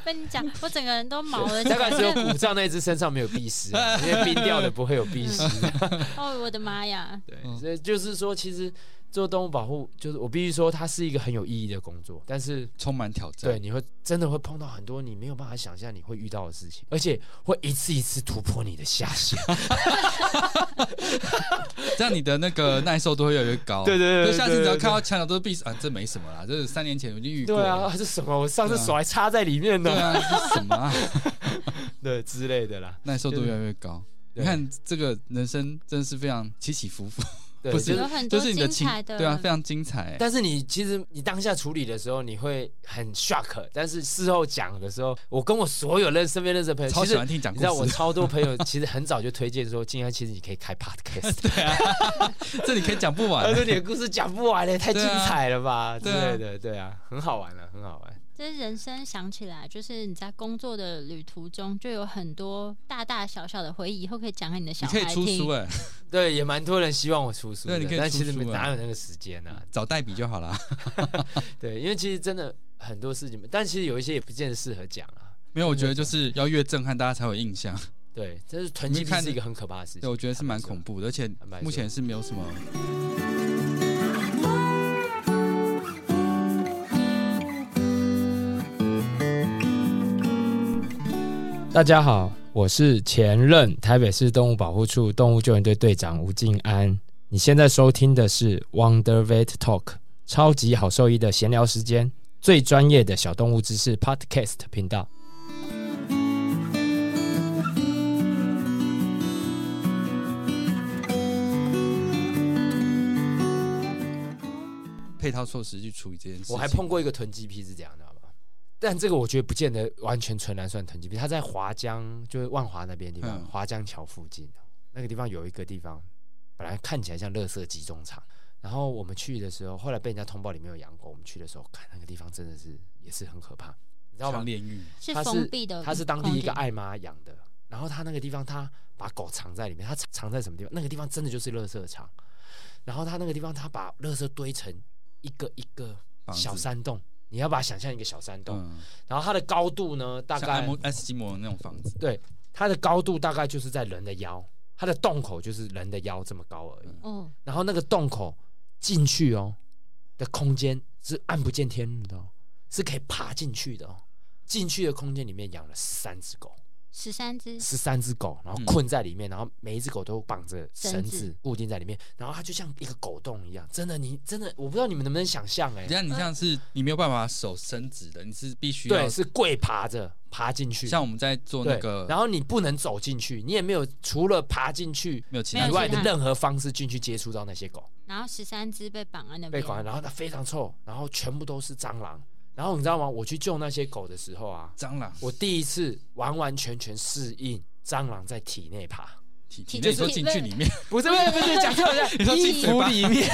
Speaker 1: 被你讲，我整个人都毛了。
Speaker 4: 大概只有鼓胀那一只身上没有壁 虱啊、因为冰掉的不会有壁虱。
Speaker 1: 哦，我的妈呀！
Speaker 4: 对，所以就是说，其实做动物保护，就是我必须说，它是一个很有意义的工作，但是。
Speaker 3: 充满挑战。
Speaker 4: 对，你会真的会碰到很多你没有办法想象你会遇到的事情，而且会一次一次突破你的下 限。
Speaker 3: 这样你的那个耐受度会越来越高。
Speaker 4: 对对对对
Speaker 3: 所以下次你只要
Speaker 4: 对对
Speaker 3: 看到墙角都是闭啊，这没什么啦，这是三年前我已经遇过
Speaker 4: 对啊，
Speaker 3: 了。
Speaker 4: 这什么？我上次
Speaker 3: 对啊
Speaker 4: 手还插在里面呢，
Speaker 3: 对啊，这什么啊？
Speaker 4: 对之类的啦。
Speaker 3: 耐受度越来越高。
Speaker 4: 对
Speaker 3: 你看这个人生真的是非常起起伏伏，
Speaker 4: 对，
Speaker 3: 不
Speaker 4: 就是
Speaker 1: 有很
Speaker 3: 就
Speaker 1: 多
Speaker 3: 是你的
Speaker 1: 精
Speaker 3: 情
Speaker 1: 彩的，
Speaker 3: 对啊，非常精彩欸。
Speaker 4: 但是你其实你当下处理的时候，你会很 shock，但是事后讲的时候，我跟我所有认身边认识的朋友，
Speaker 3: 超
Speaker 4: 其
Speaker 3: 喜
Speaker 4: 实
Speaker 3: 欢听讲
Speaker 4: 你
Speaker 3: 故
Speaker 4: 知道我
Speaker 3: 事，
Speaker 4: 超多朋 友其实很早就推荐说，静安其实你可以开 podcast，
Speaker 3: 这里可以讲不 完啊
Speaker 4: 他。说你的故事讲不完嘞，太精彩了吧之
Speaker 3: 对啊
Speaker 4: 类的，对啊，很好玩了，很好玩。
Speaker 1: 这人生想起来，就是你在工作的旅途中，就有很多大大小小的回忆，以后可以讲给你的小
Speaker 3: 你可
Speaker 1: 孩
Speaker 3: 以出书
Speaker 1: 听。
Speaker 3: 哎，
Speaker 4: 对，也蛮多人希望我出书
Speaker 3: 对
Speaker 4: 的
Speaker 3: 你可以，
Speaker 4: 但其实
Speaker 3: 出书啊
Speaker 4: 哪有那个时间呢？
Speaker 3: 找代笔就好 啦。
Speaker 4: 对，因为其实真的很多事情，但其实有一些也不见得适合讲啊。
Speaker 3: 没有，我觉得就是要越震撼，大家才有印象。
Speaker 4: 对，这是囤积癖是一个很可怕的
Speaker 3: 对，
Speaker 4: 事情
Speaker 3: 我。觉得是蛮恐怖的，而且
Speaker 4: 蛮
Speaker 3: 目前是没有什么。
Speaker 4: 大家好，我是前任台北市动物保护处动物救援队队长吴静安。你现在收听的是 Wonder Vet Talk 超级好兽医的闲聊时间，最专业的小动物知识 Podcast 频道。
Speaker 3: 配套措施去处理这件事情。
Speaker 4: 我还碰过一个囤积癖是这样的，好吧？但这个我觉得不见得完全纯然算囤积癖，它在华江，就是万华那边地方
Speaker 3: 嗯，
Speaker 4: 华江桥附近那个地方有一个地方，本来看起来像垃圾集中场，然后我们去的时候，后来被人家通报里面有养狗，我们去的时候，看那个地方真的是也是很可怕，你知道吗
Speaker 3: 像？炼狱，
Speaker 1: 是
Speaker 4: 它是
Speaker 1: 封闭呃的空间，
Speaker 4: 他是当地一个爱妈养的，然后他那个地方他把狗藏在里面，他藏藏在什么地方？那个地方真的就是垃圾场，然后他那个地方他把垃圾堆成一个一个
Speaker 3: 房子
Speaker 4: 小山洞，你要把它想象一个小山洞，
Speaker 3: 嗯，
Speaker 4: 然后它的高度呢大
Speaker 3: 像按
Speaker 4: 概
Speaker 3: 摩爱斯基摩人那种房子，
Speaker 4: 它的高度大概就是在人的腰，它的洞口就是人的腰这么高而已，
Speaker 3: 嗯
Speaker 1: 哦，
Speaker 4: 然后那个洞口进去哦的空间是暗不见天日的、哦，是可以爬进去的哦，进去的空间里面养了三只狗。
Speaker 1: 十三只，
Speaker 4: 十三只狗，然后
Speaker 3: 嗯
Speaker 4: 困在里面，然后每一只狗都绑着绳
Speaker 1: 绳
Speaker 4: 子
Speaker 1: 子
Speaker 4: 固定在里面，然后它就像一个狗洞一样，真的，你真的，我不知道你们能不能想象哎、
Speaker 3: 你像你这样是你没有办法手伸直的，你是必须要
Speaker 4: 对，是跪爬着爬进去，
Speaker 3: 像我们在做那
Speaker 4: 对，
Speaker 3: 个，
Speaker 4: 然后你不能走进去，你也没有除了爬进去
Speaker 3: 没有其他
Speaker 1: 没
Speaker 4: 以
Speaker 1: 有
Speaker 4: 外
Speaker 1: 其
Speaker 4: 的
Speaker 1: 他
Speaker 4: 任何方式进去接触到那些狗，
Speaker 1: 然后十三只被绑在那边，
Speaker 4: 被管，然后它非常臭，然后全部都是蟑螂，然后你知道吗？我去救那些狗的时候啊，
Speaker 3: 蟑螂
Speaker 4: 我第一次完完全全适应蟑螂在体 内爬。
Speaker 3: 体体
Speaker 1: 体
Speaker 3: 内
Speaker 1: 内
Speaker 3: 说进去里 面，
Speaker 4: 不是不是不是，讲错了，
Speaker 3: 你说进
Speaker 4: 衣
Speaker 3: 嘴
Speaker 4: 服
Speaker 3: 巴
Speaker 4: 里面，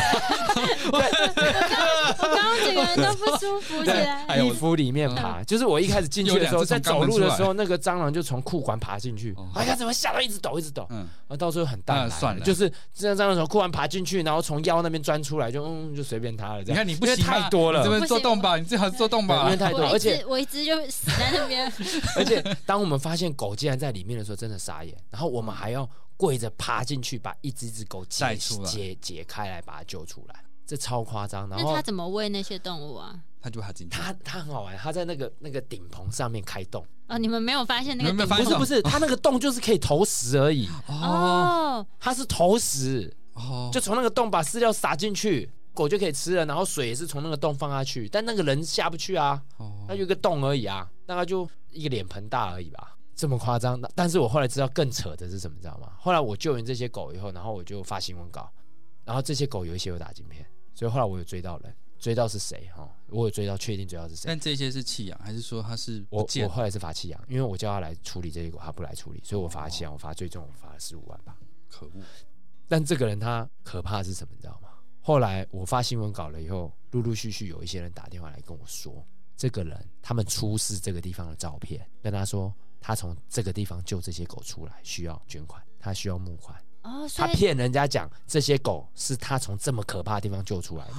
Speaker 1: 我刚刚整个人都不舒服起
Speaker 4: 对
Speaker 1: 来。
Speaker 3: 哎呦
Speaker 4: 衣服里面
Speaker 1: 嗯
Speaker 4: 爬，就是我一开始进去的时
Speaker 3: 有两
Speaker 4: 候，
Speaker 3: 只从
Speaker 4: 在
Speaker 3: 肛
Speaker 4: 走
Speaker 3: 门
Speaker 4: 路的时候，那个蟑螂就从裤管爬进去
Speaker 3: 哦，
Speaker 4: 哎呀，怎么吓到一直抖一直抖，
Speaker 3: 嗯，
Speaker 4: 然后到最后很
Speaker 3: 那
Speaker 4: 淡
Speaker 3: 算
Speaker 4: 然
Speaker 3: 了
Speaker 4: 了，就是这样蟑螂从裤管爬进去，然后从腰那边钻出来，就嗯就随便它了，这
Speaker 3: 你
Speaker 4: 样，
Speaker 3: 看你不
Speaker 4: 因为
Speaker 3: 行啊
Speaker 4: 太多了
Speaker 3: 你这边做动吧，你最好是做动
Speaker 4: 对因
Speaker 3: 吧
Speaker 4: 为，太多，
Speaker 1: 我
Speaker 4: 而
Speaker 1: 一直
Speaker 4: 且
Speaker 1: 我一直就死在那边，
Speaker 4: 而且当我们发现狗竟然在里面的时候，真的傻眼，然后我们还要跪着爬进去，把一只一只狗
Speaker 3: 带
Speaker 4: 解
Speaker 3: 出来
Speaker 4: 解解开来，把它救出来，这超夸张，然
Speaker 1: 那
Speaker 4: 后
Speaker 1: 他。怎么喂那些动物啊？
Speaker 3: 他就把它进去，
Speaker 4: 它它很好玩，它在那个那个顶棚上面开洞，
Speaker 1: 哦，你们没有发现那个
Speaker 3: 你们没有
Speaker 1: 地
Speaker 3: 发
Speaker 4: 不
Speaker 1: 方
Speaker 3: 现
Speaker 4: 是不是，它那个洞就是可以投食 而已，
Speaker 3: 哦
Speaker 1: 哦，
Speaker 4: 它是投食，
Speaker 3: 哦，
Speaker 4: 就从那个洞把饲料撒进去，狗就可以吃了，然后水也是从那个洞放下去，但那个人下不去啊，
Speaker 3: 哦
Speaker 4: 它有一个洞而已啊，大概就一个脸盆大而已吧，这么夸张。那但是我后来知道更扯的是什么，你知道吗？后来我救援这些狗以后，然后我就发新闻稿，然后这些狗有一些有打晶片，所以后来我有追到人，追到是谁哈、我有追到，确定追到是谁。
Speaker 3: 但这些是弃养，还是说它是哎不
Speaker 4: 我
Speaker 3: 见
Speaker 4: 我？后来是罚弃养，因为我叫他来处理这些狗，他不来处理，所以我罚弃养，我罚最重，我罚了十五万吧。
Speaker 3: 可恶，
Speaker 4: 但这个人他可怕的是什么，你知道吗？后来我发新闻稿了以后，陆陆续续有一些人打电话来跟我说，这个人他们出示这个地方的照片，跟他说他从这个地方救这些狗出来，需要捐款，他需要募款，
Speaker 1: 哦，所
Speaker 4: 他
Speaker 1: 以
Speaker 4: 骗人家讲这些狗是他从这么可怕的地方救出来的，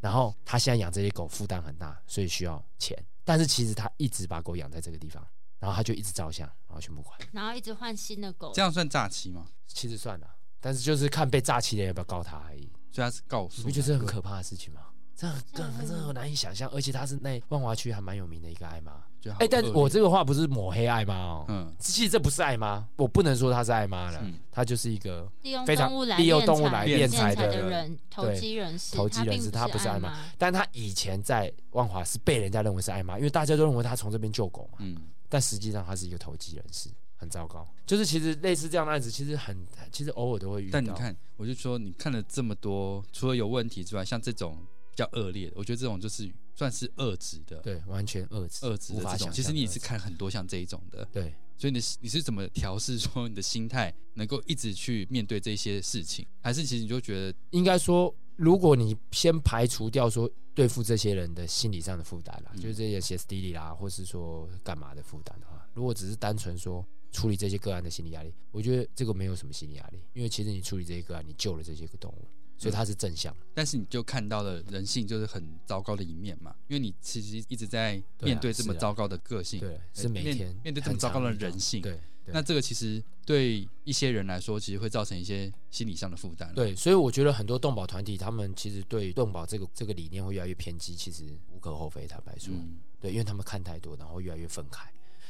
Speaker 4: 然后他现在养这些狗负担很大，所以需要钱，但是其实他一直把狗养在这个地方，然后他就一直照相，然后去募款，
Speaker 1: 然后一直换新的狗
Speaker 3: 这，样算诈欺吗？
Speaker 4: 其实算了，但是就是看被诈欺的人要不要告他而已。
Speaker 3: 所以他是告诉
Speaker 4: 你不觉得这很可怕的事情吗？这很
Speaker 1: 这很
Speaker 4: 更这很难以想象，而且他是那万华区还蛮有名的一个爱妈。
Speaker 3: 哪个？
Speaker 4: 哎、但我这
Speaker 3: 个
Speaker 4: 个话不是抹黑爱妈哦，
Speaker 3: 嗯
Speaker 4: 其实这不是爱妈，我不能说她是爱妈了
Speaker 3: 嗯，
Speaker 4: 她就是一个
Speaker 1: 利用
Speaker 4: 非常
Speaker 1: 动物来
Speaker 4: 利用
Speaker 1: 敛
Speaker 4: 动物
Speaker 1: 财
Speaker 4: 来
Speaker 3: 敛
Speaker 1: 敛
Speaker 4: 财
Speaker 1: 财
Speaker 4: 的
Speaker 1: 的
Speaker 4: 人
Speaker 1: 人，投
Speaker 4: 对
Speaker 1: 机人士，
Speaker 4: 投机人士
Speaker 1: 他
Speaker 4: 他
Speaker 1: 并
Speaker 4: 不是
Speaker 1: 爱
Speaker 4: 爱
Speaker 1: 妈
Speaker 4: 妈，但她以前在万华是被人家认为是爱妈，因为大家都认为她从这边救狗嘛，
Speaker 3: 嗯，
Speaker 4: 但实际上她是一个投机人士，很糟糕。就是其实类似这样的案子，其实很其实偶尔都会遇到。
Speaker 3: 但你看，我就说你看了这么多，除了有问题之外，像这种比较恶劣的，我觉得这种就是算是恶质的，，
Speaker 4: 对，完全遏制，
Speaker 3: 恶质
Speaker 4: 无
Speaker 3: 的
Speaker 4: 法
Speaker 3: 这种。
Speaker 4: 想象
Speaker 3: 其实你也是
Speaker 4: 的
Speaker 3: 看很多像这一种的，
Speaker 4: 对。
Speaker 3: 所以你是你是怎么调试说你的心态能够一直去面对这些事情，还是其实你就觉得
Speaker 4: 应该说，如果你先排除掉说对付这些人的心理上的负担啦，
Speaker 3: 嗯
Speaker 4: 就是这些歇斯底里啦，或是说干嘛的负担的话，如果只是单纯说处理这些个案的心理压力，我觉得这个没有什么心理压力，因为其实你处理这些个案，你救了这些个动物，
Speaker 3: 嗯
Speaker 4: 所以它是正向的。
Speaker 3: 但是你就看到了人性就是很糟糕的一面嘛，因为你其实一直在
Speaker 4: 对啊
Speaker 3: 面对这么
Speaker 4: 是啊
Speaker 3: 糟糕的个性，
Speaker 4: 对，
Speaker 3: 呃
Speaker 4: 是每天
Speaker 3: 面面对这么
Speaker 4: 很
Speaker 3: 糟糕的
Speaker 4: 常遇到
Speaker 3: 人性
Speaker 4: 对，对
Speaker 3: 那这个其实对一些人来说，其实会造成一些心理上的负担。，
Speaker 4: 对，所以我觉得很多动保团体，他们其实对动保这个这个理念会越来越偏激，其实无可厚非。坦白说，
Speaker 3: 嗯，
Speaker 4: 对，因为他们看太多，然后越来越愤慨。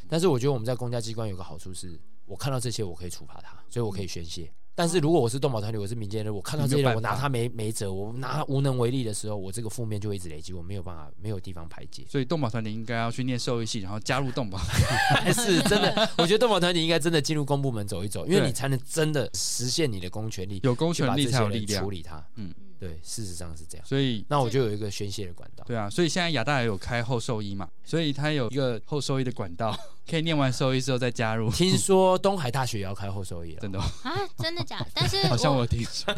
Speaker 4: 但是我觉得我们在公家机关有个好处是，我看到这些我可以处罚他，所以我可以宣泄。但是如果我是动保团体，我是民间人，我看到
Speaker 3: 嗯
Speaker 4: 这些
Speaker 3: 你没
Speaker 4: 人，
Speaker 3: 有
Speaker 4: 我
Speaker 3: 办法
Speaker 4: 拿他没没辙，我拿他无能为力的时候，我这个负面就会一直累积，我没有办法，没有地方排 解。
Speaker 3: 所以动保团体应该要去念兽医系，然后加入动 保。
Speaker 4: 但是真的，我觉得动保团体应该真的进入公部门走一走，因为
Speaker 3: 对
Speaker 4: 你才能真的实现你的公权力，
Speaker 3: 有公
Speaker 4: 去
Speaker 3: 权
Speaker 4: 把
Speaker 3: 力
Speaker 4: 这
Speaker 3: 才
Speaker 4: 些
Speaker 3: 有力
Speaker 4: 人
Speaker 3: 量
Speaker 4: 处。理它。
Speaker 3: 嗯
Speaker 4: 嗯，对，事实上是这样。
Speaker 3: 所以
Speaker 4: 那我就有一个宣泄的管道。
Speaker 3: 对啊，所以现在亚大也有开后兽医嘛，所以他有一个后兽医的管道， 可以念完兽医之后再加入。
Speaker 4: 听说东海大学也要开后收益 了
Speaker 3: 真，的哦、
Speaker 1: 啊，真的假 的？但是
Speaker 3: 好像我
Speaker 1: 我
Speaker 3: 有听说。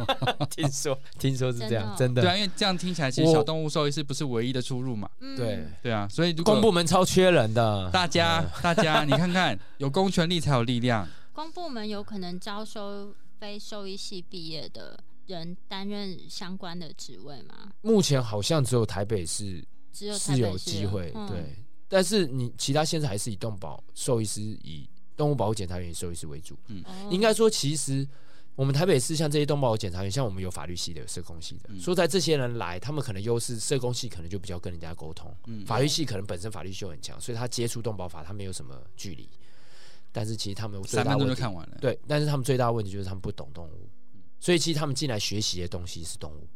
Speaker 4: 听说 听说是这样，
Speaker 1: 真
Speaker 4: 真
Speaker 3: 对啊，
Speaker 4: 的哦
Speaker 3: 因为这样听起来，其实
Speaker 4: 我
Speaker 3: 小动物兽医师不是唯一的出入嘛。
Speaker 1: 嗯
Speaker 4: 对。
Speaker 3: 对啊，所以如
Speaker 4: 公部
Speaker 3: 果
Speaker 4: 门超缺人的，
Speaker 3: 大家
Speaker 4: 呃
Speaker 3: 大 家，你看看，有公权力才有力量。
Speaker 1: 公部门有可能招收非兽医系毕业的人担任相关的职位吗？
Speaker 4: 目前好像只有台北市
Speaker 1: 只有台
Speaker 4: 是
Speaker 1: 北
Speaker 4: 有
Speaker 1: 市
Speaker 4: 机会，
Speaker 1: 嗯
Speaker 4: 对。但是你其他县市还是以动保兽医师以动物保护检查员、兽医师为主。
Speaker 1: 哦
Speaker 4: 应该说，其实我们台北市像这些动保检查员，像我们有法律系的、有社工系的，
Speaker 3: 嗯
Speaker 4: 说在这些人来，他们可能优势，社工系可能就比较跟人家沟通，
Speaker 3: 嗯，
Speaker 4: 法律系可能本身法律就很强，所以他接触动保法，他没有什么距离。但是其实他们最
Speaker 3: 三
Speaker 4: 大
Speaker 3: 分钟就
Speaker 4: 问题
Speaker 3: 看完了。嗯
Speaker 4: 对，但是他们最大的问题就是他们不懂动物，所以其实他们进来学习的东西是动物，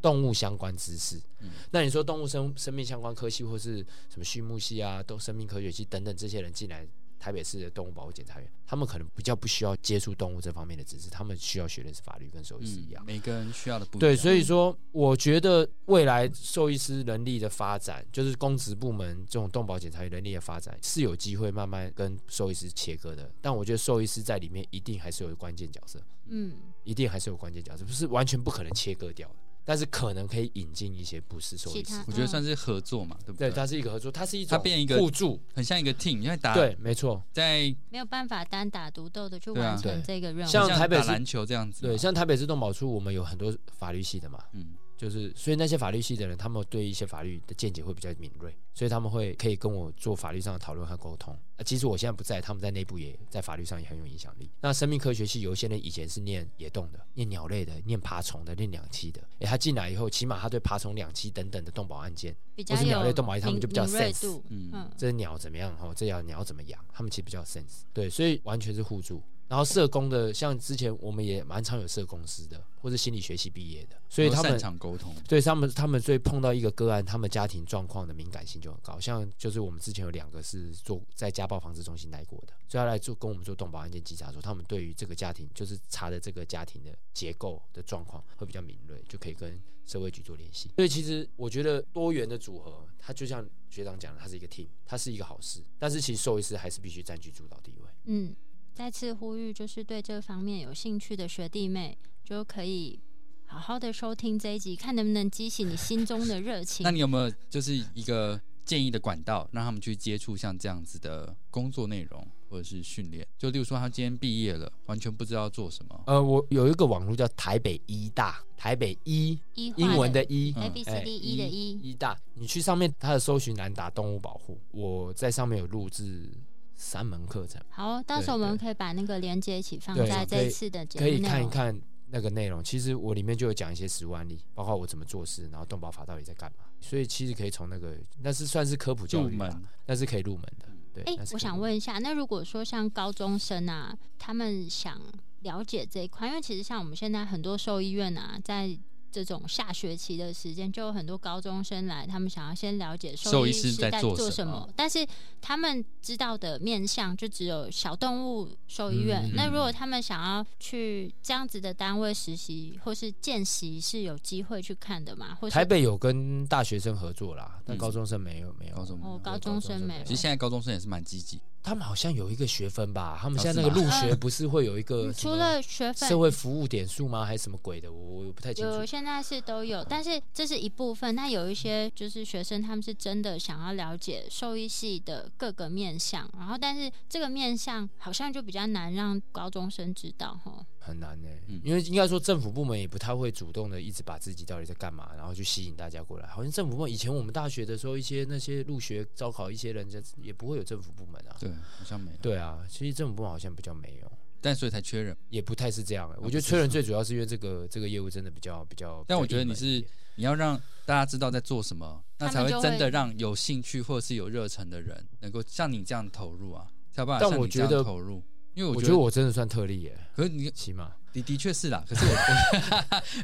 Speaker 4: 动物相关知识。
Speaker 3: 嗯
Speaker 4: 那你说动物生生命相关科系或是什么畜牧系啊、动生命科学系等等这些人进来台北市的动物保护检查员，他们可能比较不需要接触动物这方面的知识，他们需要学的是法律跟兽医师
Speaker 3: 嗯
Speaker 4: 一样，。
Speaker 3: 每个人需要的不一
Speaker 4: 对，
Speaker 3: 样
Speaker 4: 所以说我觉得未来兽医师能力的发展，就是公职部门这种动保检查员能力的发展，是有机会慢慢跟兽医师切割的。但我觉得兽医师在里面一定还是有关键角色，
Speaker 1: 嗯，
Speaker 4: 一定还是有关键角色，不是完全不可能切割掉的。但是可能可以引进一些不是兽医
Speaker 1: 其
Speaker 4: 师
Speaker 1: 他，嗯
Speaker 3: 我觉得算是合作嘛，对不
Speaker 4: 对，它是一个合作，它是一种
Speaker 3: 它变一个
Speaker 4: 嗯互助，
Speaker 3: 很像一个 team，因为打
Speaker 4: 对，没错。
Speaker 3: 在
Speaker 1: 没有办法单打独斗的去
Speaker 3: 对啊
Speaker 1: 完成
Speaker 4: 对
Speaker 1: 这个任务。
Speaker 4: 像台北
Speaker 3: 打
Speaker 4: 市
Speaker 3: 篮球这样子嘛。
Speaker 4: 对，像台北市动保处，我们有很多法律系的嘛，
Speaker 3: 嗯
Speaker 4: 就是所以那些法律系的人，他们对一些法律的见解会比较敏锐，所以他们会可以跟我做法律上的讨论和沟通。啊，其实我现在不在，他们在内部也在法律上也很有影响力。那生命科学系有一些人以前是念野动的，念鸟类的，念爬虫的，念两栖的。诶，他进来以后，起码他对爬虫、两栖等等的动保案件，
Speaker 1: 比较
Speaker 4: 不是鸟
Speaker 1: 有
Speaker 4: 类动保它们
Speaker 1: 敏
Speaker 4: 就比较
Speaker 1: 敏锐
Speaker 4: sense
Speaker 1: 度，
Speaker 3: 嗯，
Speaker 1: 嗯，
Speaker 4: 这些鸟怎么样，哦，这条鸟怎么养，他们其实比较有 sense。对，所以完全是互助。然后社工的，像之前我们也蛮常有社工师的，或者心理学系毕业的，所以
Speaker 3: 都
Speaker 4: 他们
Speaker 3: 擅长沟通。
Speaker 4: 对他们，他们所以碰到一个个案，他们家庭状况的敏感性就很高。像就是我们之前有两个是做在家暴防治中心待过的，所以他来做跟我们做动保案件稽查的时候，他们对于这个家庭就是查的这个家庭的结构的状况会比较敏锐，就可以跟社会局做联系。所以其实我觉得多元的组合，它就像学长讲的，它是一个 team，它是一个好事。但是其实兽医师还是必须占据主导地位。
Speaker 1: 嗯，再次呼吁，就是对这方面有兴趣的学弟妹，就可以好好的收听这一集，看能不能激起你心中的热情
Speaker 3: 那。你有没有就是一个建议的管道，让他们去接触像这样子的工作内容或者是训练？就例如说，他今天毕业了，完全不知道做什么，
Speaker 4: 呃，我有一个网络叫台北医大，台北医
Speaker 1: 一
Speaker 4: 英
Speaker 1: 化
Speaker 4: 文的
Speaker 1: 的
Speaker 4: 医，
Speaker 1: A
Speaker 3: 嗯
Speaker 1: B
Speaker 4: 哎
Speaker 1: C D E 的 E，
Speaker 4: 一大，你去上面它的搜寻栏打动物保护，我在上面有录制三门课程，
Speaker 1: 好，到时候我
Speaker 4: 对
Speaker 1: 们
Speaker 4: 对
Speaker 1: 可以把那个连接一起放
Speaker 4: 对
Speaker 1: 在
Speaker 4: 可
Speaker 1: 这
Speaker 4: 以
Speaker 1: 一次的节目
Speaker 4: 可以
Speaker 1: 内
Speaker 4: 看一
Speaker 1: 容。
Speaker 4: 看那个内容。其实我里面就有讲一些实物案例，包括我怎么做事，然后动保法到底在干嘛。所以其实可以从那个，那是算是科普教
Speaker 3: 入
Speaker 4: 育吧
Speaker 3: 门，
Speaker 4: 那是可以入门的。对，
Speaker 1: 哎
Speaker 4: 那，是
Speaker 1: 我
Speaker 4: 可以
Speaker 1: 想
Speaker 4: 入门
Speaker 1: 问一下，那如果说像高中生啊，他们想了解这一块，因为其实像我们现在很多兽医院啊，在这种下学期的时间，就有很多高中生来，他们想要先了解
Speaker 3: 兽医
Speaker 1: 医
Speaker 3: 师
Speaker 1: 是
Speaker 3: 在
Speaker 1: 在
Speaker 3: 做什
Speaker 1: 什
Speaker 3: 么
Speaker 1: 么，但是他们知道的面向就只有小动物兽医院。
Speaker 4: 嗯
Speaker 1: 那如果他们想要去这样子的单位实习或是见习，是有机会去看的嘛？或是
Speaker 4: 台北有跟大学生合作啦，但
Speaker 3: 嗯
Speaker 4: 高中生没有没有
Speaker 3: 高中。
Speaker 1: 哦，
Speaker 4: 高
Speaker 1: 高
Speaker 4: 中
Speaker 1: 中
Speaker 4: 生
Speaker 1: 生没
Speaker 4: 没
Speaker 1: 有
Speaker 4: 有
Speaker 3: 其实现在高中生也是蛮积极，
Speaker 4: 他们好像有一个学分吧？他们
Speaker 3: 哦
Speaker 4: 现在那
Speaker 3: 是
Speaker 4: 个
Speaker 3: 吗
Speaker 4: 入学不是会有一个
Speaker 1: 嗯除
Speaker 4: 什么
Speaker 1: 了学分
Speaker 4: 社会服务点数吗？还是什么鬼的？我我不太清楚
Speaker 1: 有，。现在是都有，但是这是一部分。那有一些就是学生，他们是真的想要了解兽医系的各个面向，然后但是这个面向好像就比较难让高中生知道哈。
Speaker 4: 很难呢、欸
Speaker 3: 嗯
Speaker 4: 因为应该说政府部门也不太会主动的一直把自己到底在干嘛，然后去吸引大家过来。好像政府部门以前我们大学的时候，一些那些入学招考一些人，就也不会有政府部门啊。
Speaker 3: 对，好像没有，
Speaker 4: 对啊，其实政府部门好像比较没有，
Speaker 3: 但所以才缺人。
Speaker 4: 也不太是这样、欸。我觉
Speaker 3: 不
Speaker 4: 得
Speaker 3: 是
Speaker 4: 缺人最主要是因为这个这个业务真的比较比较。
Speaker 3: 但我
Speaker 4: 比较
Speaker 3: 觉得你
Speaker 4: 冷门一
Speaker 3: 是
Speaker 4: 点
Speaker 3: 你要让大家知道在做什么，那
Speaker 1: 他
Speaker 3: 才
Speaker 1: 们
Speaker 3: 会
Speaker 1: 就
Speaker 3: 真的
Speaker 1: 会
Speaker 3: 让有兴趣或者是有热忱的人能够像你这样投入啊，才有办法
Speaker 4: 但
Speaker 3: 像
Speaker 4: 我
Speaker 3: 你这样
Speaker 4: 觉得
Speaker 3: 投入。因为我
Speaker 4: 我
Speaker 3: 觉
Speaker 4: 觉
Speaker 3: 得
Speaker 4: 得，我真的算特例耶、
Speaker 3: 可是你
Speaker 4: 起码
Speaker 3: 的的确是啦，可是我，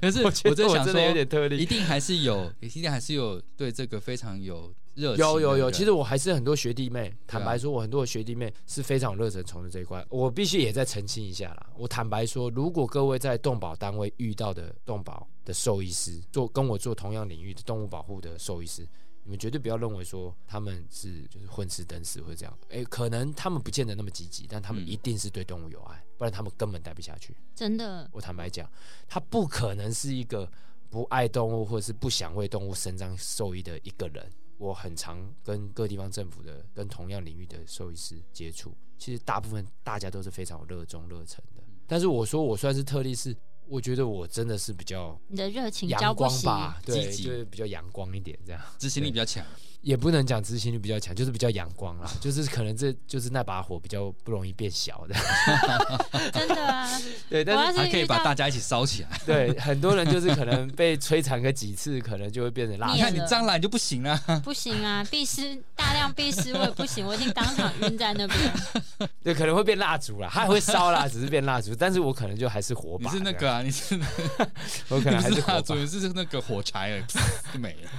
Speaker 3: 可 是
Speaker 4: 觉
Speaker 3: 我
Speaker 4: 得
Speaker 3: 在想
Speaker 4: 真的有
Speaker 3: 说，
Speaker 4: 点特
Speaker 3: 一
Speaker 4: 例。
Speaker 3: 定还是有，一定还是有对这个非常有热情的
Speaker 4: 有
Speaker 3: 人。
Speaker 4: 有有，其实我还是很多学弟妹。
Speaker 3: 对啊
Speaker 4: 坦白说，我很多的学弟妹是非常有热忱从事这一块。我必须也在澄清一下啦。我坦白说，如果各位在动保单位遇到的动保的兽医师，做跟我做同样领域的动物保护的兽医师，你们绝对不要认为说他们是就是混吃等死或者这样，诶，可能他们不见得那么积极，但他们
Speaker 3: 嗯
Speaker 4: 一定是对动物有爱，不然他们根本待不下去。
Speaker 1: 真的
Speaker 4: 我坦白讲，他不可能是一个不爱动物或者是不想为动物伸张受益的一个人。我很常跟各地方政府的、跟同样领域的兽医师接触，其实大部分大家都是非常有热衷热忱的。但是我说我算是特例是，我觉得我真的是比较
Speaker 1: 你的热情浇
Speaker 4: 阳
Speaker 1: 不
Speaker 4: 光
Speaker 1: 熄，
Speaker 4: 吧，对，
Speaker 3: 积极
Speaker 4: 就是比较阳光一点这样。
Speaker 3: 执行力比较强，
Speaker 4: 也不能讲执行力比较强，就是比较阳光啦，就是可能这就是那把火比较不容易变小的。
Speaker 1: 真的啊！
Speaker 4: 对，
Speaker 1: 我
Speaker 4: 但是
Speaker 1: 要
Speaker 3: 还
Speaker 1: 是
Speaker 3: 可以
Speaker 1: 遇
Speaker 3: 把大
Speaker 1: 到
Speaker 3: 家一起烧起来。
Speaker 4: 对，很多人就是可能被摧残个几次，可能就会变成垃
Speaker 3: 你
Speaker 4: 圾。
Speaker 3: 看你张兰就不行了，
Speaker 1: 不行啊，必湿大量必湿我也不行，我一定当场晕在那边。
Speaker 4: 对，可能会变蜡烛啦，它还会烧啦，只是变蜡烛。但是我可能就还是火
Speaker 3: 你
Speaker 4: 把，
Speaker 3: 是那个啊，你是
Speaker 4: 这样，我可
Speaker 3: 你
Speaker 4: 能还
Speaker 3: 不是蜡
Speaker 4: 火
Speaker 3: 烛，
Speaker 4: 把，
Speaker 3: 你是那个火柴而已， 就没了。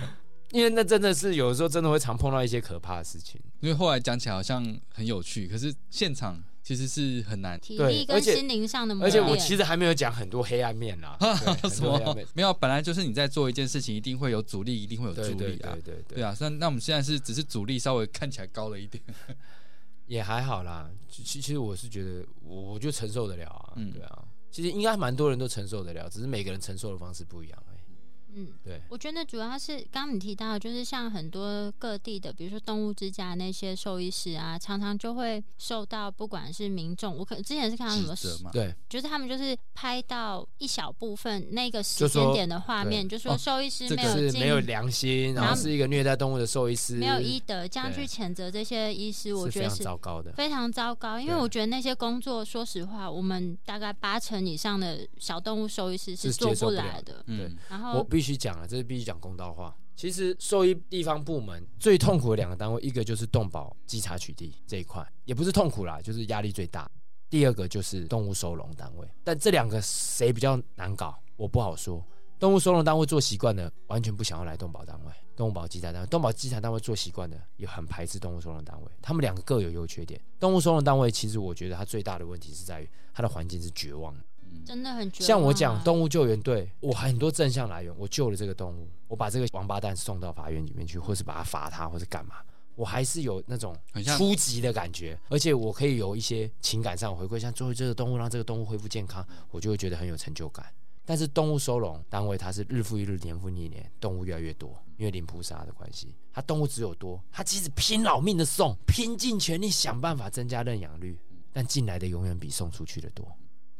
Speaker 4: 因为那真的是有的时候真的会常碰到一些可怕的事情。
Speaker 3: 因为后来讲起来好像很有趣，可是现场其实是很难。
Speaker 1: 体
Speaker 4: 对
Speaker 1: 力跟
Speaker 4: 而且
Speaker 1: 心灵上的磨
Speaker 4: 而且我
Speaker 1: 练，
Speaker 4: 其实还没有讲很多黑暗面啦，对
Speaker 3: 嗯 什
Speaker 4: 很多黑暗
Speaker 3: 么
Speaker 4: 面？
Speaker 3: 没有，本来就是你在做一件事情，一定会有阻力，一定会有
Speaker 4: 对
Speaker 3: 助
Speaker 4: 对
Speaker 3: 力
Speaker 4: 对
Speaker 3: 啊。
Speaker 4: 对
Speaker 3: 对
Speaker 4: 对，
Speaker 3: 啊，那那我们现在是只是阻力稍微看起来高了一点，
Speaker 4: 也还好啦。其其其实我是觉得，我我就承受得了啊
Speaker 3: 嗯，
Speaker 4: 对啊。其实应该蛮多人都承受得了，只是每个人承受的方式不一样而已。
Speaker 1: 嗯，
Speaker 4: 对，
Speaker 1: 我觉得主要是刚刚你提到的，就是像很多各地的，比如说动物之家那些兽医师啊，常常就会受到不管是民众，我可之前是看到什么
Speaker 3: 指，责嘛。
Speaker 4: 对，
Speaker 1: 就是他们就是拍到一小部分那个时
Speaker 4: 就说
Speaker 1: 间点的画面，就说
Speaker 3: 哦
Speaker 1: 兽医师
Speaker 3: 这
Speaker 1: 没
Speaker 3: 个
Speaker 1: 有
Speaker 4: 是
Speaker 1: 尽
Speaker 4: 没有良心，然
Speaker 1: 然后
Speaker 4: 后是一个虐待动物的兽医师，
Speaker 1: 没有医德，这样去
Speaker 4: 对
Speaker 1: 谴责这些医师，我
Speaker 4: 是
Speaker 1: 觉
Speaker 4: 非
Speaker 1: 得
Speaker 4: 常
Speaker 1: 是
Speaker 4: 糟糕的。
Speaker 1: 非常糟糕。因为
Speaker 4: 对
Speaker 1: 我觉得那些工作，说实话，我们大概八成以上的小动物兽医师
Speaker 4: 是
Speaker 1: 做
Speaker 4: 接受不
Speaker 1: 来
Speaker 4: 了
Speaker 1: 的。
Speaker 3: 嗯，
Speaker 1: 然
Speaker 4: 我
Speaker 1: 后
Speaker 4: 必须讲啊了，这是必须讲公道话。其实兽医地方部门最痛苦的两个单位，一个就是动保稽查取缔这一块，也不是痛苦啦，就是压力最大。第二个就是动物收容单位，但这两个谁比较难搞，我不好说。动物收容单位做习惯的，完全不想要来动保单位；动物保稽查单位，动保稽查单位做习惯的，也很排斥动物收容单位。他们两个各有优缺点。动物收容单位其实我觉得它最大的问题是在于它的环境是绝望的。
Speaker 1: 真的很绝望啊、
Speaker 4: 像我讲动物救援队，我很多正向来源，我救了这个动物，我把这个王八蛋送到法院里面去，或是把它罚他，或是干嘛，我还是有那种
Speaker 3: 很像
Speaker 4: 初级的感觉，而且我可以有一些情感上的回馈，像作为这个动物让这个动物恢复健康，我就会觉得很有成就感。但是动物收容单位它是日复一日、年复一年，动物越来越多，因为零扑杀的关系，它动物只有多，它即使拼老命的送，拼尽全力想办法增加认养率，但进来的永远比送出去的多，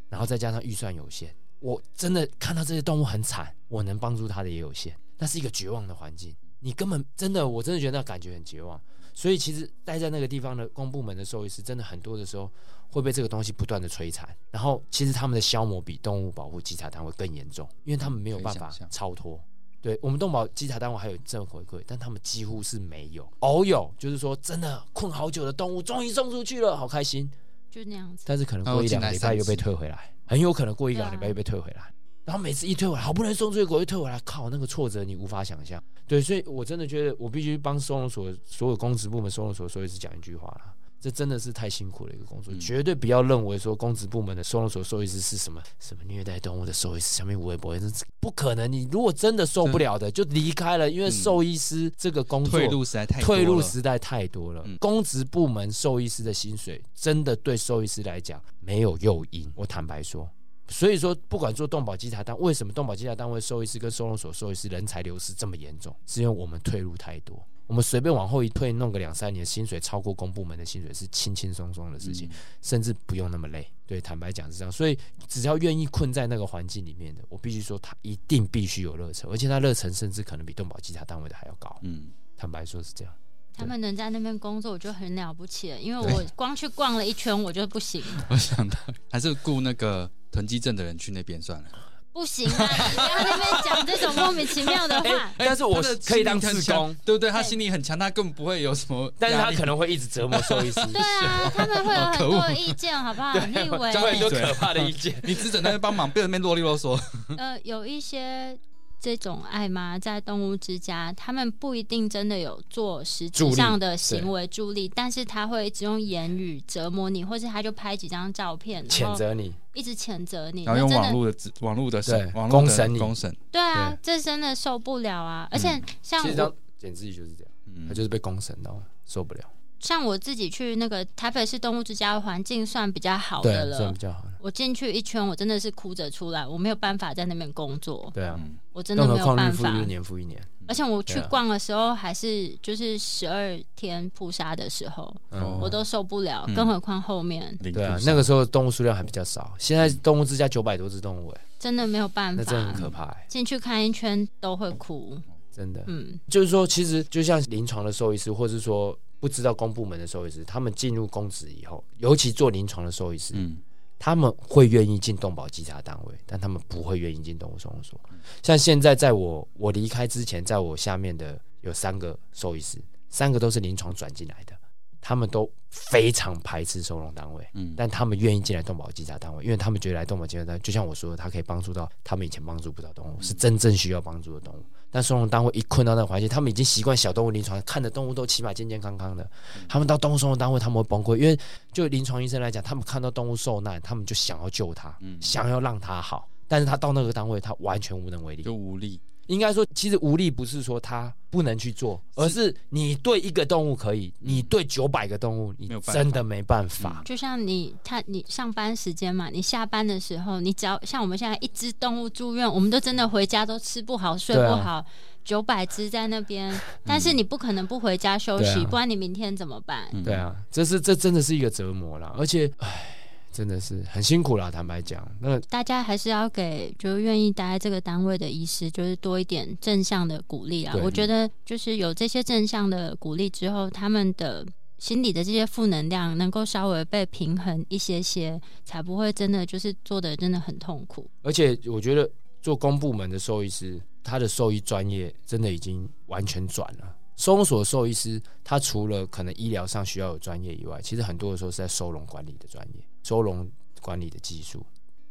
Speaker 4: 然后再加上预算有限，我真的看到这些动物很惨，我能帮助它的也有限，那是一个绝望的环境，你根本真的，我真的觉得那感觉很绝望。所以其实待在那个地方的公部门的兽医师，真的很多的时候会被这个东西不断的摧残，然后其实他们的消磨比动物保护稽查单位更严重，因为他们没有办
Speaker 3: 可以
Speaker 4: 法
Speaker 3: 想象
Speaker 4: 超脱。对我们动保稽查单位还有正回馈，但他们几乎是没有，偶有就是说真的困好久的动物终于送出去了，好开心，
Speaker 1: 就那样子，
Speaker 4: 但是可能
Speaker 3: 然
Speaker 4: 过
Speaker 3: 后
Speaker 4: 一
Speaker 3: 进
Speaker 4: 两个
Speaker 3: 来
Speaker 4: 礼
Speaker 3: 三
Speaker 4: 拜又
Speaker 3: 次
Speaker 4: 被退回来，很有可能过一两个
Speaker 1: 对啊
Speaker 4: 礼拜又被退回来。然后每次一退回来，好不容易送出去，狗又退回来，靠，那个挫折你无法想象。对，所以我真的觉得我必须帮收容所所有公职部门收容所所有是讲一句话啦，这真的是太辛苦了一个工作，
Speaker 3: 嗯
Speaker 4: 绝对不要认为说公职部门的收容所兽医师是什么什么虐待动物的兽医师，下面我也不会，这是不可能。你如果真的受不了的，就离开了，因为
Speaker 3: 嗯
Speaker 4: 兽医师这个工作
Speaker 3: 退路实在太多
Speaker 4: 退路
Speaker 3: 了
Speaker 4: 时代太多了
Speaker 3: 嗯，
Speaker 4: 公职部门兽医师的薪水真的对兽医师来讲没有诱因，我坦白说。所以说，不管做动保稽查单，为什么动保稽查单位兽医师跟收容所兽医师人才流失这么严重？是因为我们退路太多，我们随便往后一退，弄个两三年，薪水超过公部门的薪水是轻轻松松的事情。
Speaker 3: 嗯
Speaker 4: 甚至不用那么累。对，坦白讲是这样，所以只要愿意困在那个环境里面的，我必须说他一定必须有热忱，而且他热忱甚至可能比动保稽查单位的还要高。
Speaker 3: 嗯，
Speaker 4: 坦白说是这样，
Speaker 1: 他们能在那边工作，我就很了不起了。因为我光去逛了一圈，我就不行，
Speaker 3: 嗯我想到还是雇那个囤积症的人去那边算了。
Speaker 1: 不行啊！你不要在那边讲这种莫名其妙的话。
Speaker 4: 哎但是我
Speaker 3: 他的心
Speaker 4: 可以当
Speaker 3: 理很
Speaker 4: 志
Speaker 3: 强
Speaker 4: 工，，
Speaker 3: 对不对？他
Speaker 1: 对
Speaker 3: 心理很强，他根本不会有什么压力，
Speaker 4: 但是他可能会一直折磨兽医师，
Speaker 1: 对啊，他们会有很
Speaker 3: 可
Speaker 1: 多
Speaker 3: 恶
Speaker 1: 意见，好不
Speaker 4: 啊
Speaker 1: 好？你以为
Speaker 3: 张
Speaker 4: 有很
Speaker 3: 闭
Speaker 4: 多
Speaker 3: 嘴
Speaker 4: 可怕的意见。
Speaker 3: 你只准在那边帮忙，别人那边啰里啰嗦。
Speaker 1: 呃，有一些这种爱妈在动物之家，他们不一定真的有做实
Speaker 4: 助
Speaker 1: 质
Speaker 4: 力
Speaker 1: 上的行为助力，但是他会一直用言语折磨你，或是他就拍几张照片，然
Speaker 4: 谴
Speaker 1: 后
Speaker 4: 责你，
Speaker 1: 一直谴责你，
Speaker 3: 然后用
Speaker 1: 那真的
Speaker 3: 网络的指网络的审
Speaker 4: 对
Speaker 3: 网络
Speaker 4: 公
Speaker 3: 的
Speaker 4: 审你
Speaker 3: 公审，
Speaker 1: 对啊，这真的受不了啊！而且像
Speaker 4: 嗯其实
Speaker 1: 我
Speaker 4: 当简自己就是这样，
Speaker 3: 嗯
Speaker 4: 他就是被公审到受不了，
Speaker 1: 像我自己去那个台北市动物之家，环境算比较好
Speaker 4: 对
Speaker 1: 的，
Speaker 4: 这样
Speaker 1: 了
Speaker 4: 比。较好了，
Speaker 1: 我进去一圈，我真的是哭着出来，我没有办法在那边工作，
Speaker 4: 对啊，
Speaker 3: 嗯
Speaker 1: 我真的
Speaker 4: 更
Speaker 1: 没
Speaker 4: 何
Speaker 1: 有
Speaker 4: 况
Speaker 1: 办
Speaker 4: 日复
Speaker 1: 法。
Speaker 4: 一日，年复一年，
Speaker 1: 而且我去
Speaker 4: 对啊
Speaker 1: 逛的时候，还是就是十二天扑杀的时候，
Speaker 3: 哦
Speaker 4: 嗯，
Speaker 1: 我都受不了，
Speaker 3: 嗯
Speaker 1: 更何况后面
Speaker 3: 零
Speaker 4: 对啊
Speaker 3: 度，
Speaker 4: 那个时候动物数量还比较少，现在动物之家九百多只动物，哎，
Speaker 1: 真的没有办
Speaker 4: 那真的很
Speaker 1: 法。
Speaker 4: 可怕，哎，
Speaker 1: 进去看一圈都会哭，
Speaker 4: 真的，
Speaker 1: 嗯，
Speaker 4: 就是说，其实就像临床的兽医师，或是说不知道公部门的兽医师，他们进入公职以后，尤其做临床的兽医师，
Speaker 3: 嗯
Speaker 4: 他们会愿意进动保稽查单位，但他们不会愿意进动物收容所。像现在，在我我离开之前，在我下面的有三个兽医师，三个都是临床转进来的，他们都非常排斥收容单位。
Speaker 3: 嗯，
Speaker 4: 但他们愿意进来动保稽查单位，因为他们觉得来动保稽查单位，就像我说的，它可以帮助到他们以前帮助不到动
Speaker 3: 嗯
Speaker 4: 物，是真正需要帮助的动物。但收容单位一困到那个环境，他们已经习惯小动物临床，看的动物都起码健健康康的。
Speaker 3: 嗯
Speaker 4: 他们到动物收容单位，他们会崩溃，因为就临床医生来讲，他们看到动物受难，他们就想要救它，
Speaker 3: 嗯
Speaker 4: 想要让它好。但是他到那个单位，他完全无能为力。
Speaker 3: 就无力，
Speaker 4: 应该说，其实无力不是说他不能去做，而是你对一个动物可以，你对九百个动物，你
Speaker 3: 没有办法
Speaker 4: 真的没办法。
Speaker 1: 就像你他你上班时间嘛，你下班的时候，你只要像我们现在一只动物住院，我们都真的回家都吃不好睡
Speaker 4: 对
Speaker 1: 不
Speaker 4: 啊
Speaker 1: 好，九百、只在那边，但是你不可能不回家休息，
Speaker 4: 对啊
Speaker 1: 不然你明天怎么办？
Speaker 3: 嗯
Speaker 4: 对，啊，这是这真的是一个折磨啦，而且唉，真的是很辛苦啦。坦白讲，那
Speaker 1: 大家还是要给就是愿意待在这个单位的医师，就是多一点正向的鼓励啊。
Speaker 4: 对
Speaker 1: 我觉得就是有这些正向的鼓励之后，他们的心里的这些负能量能够稍微被平衡一些些，才不会真的就是做的真的很痛苦。
Speaker 4: 而且我觉得做公部门的兽医师，他的兽医专业真的已经完全转了。收容所的兽医师，他除了可能医疗上需要有专业以外，其实很多的时候是在收容管理的专业、收容管理的技术。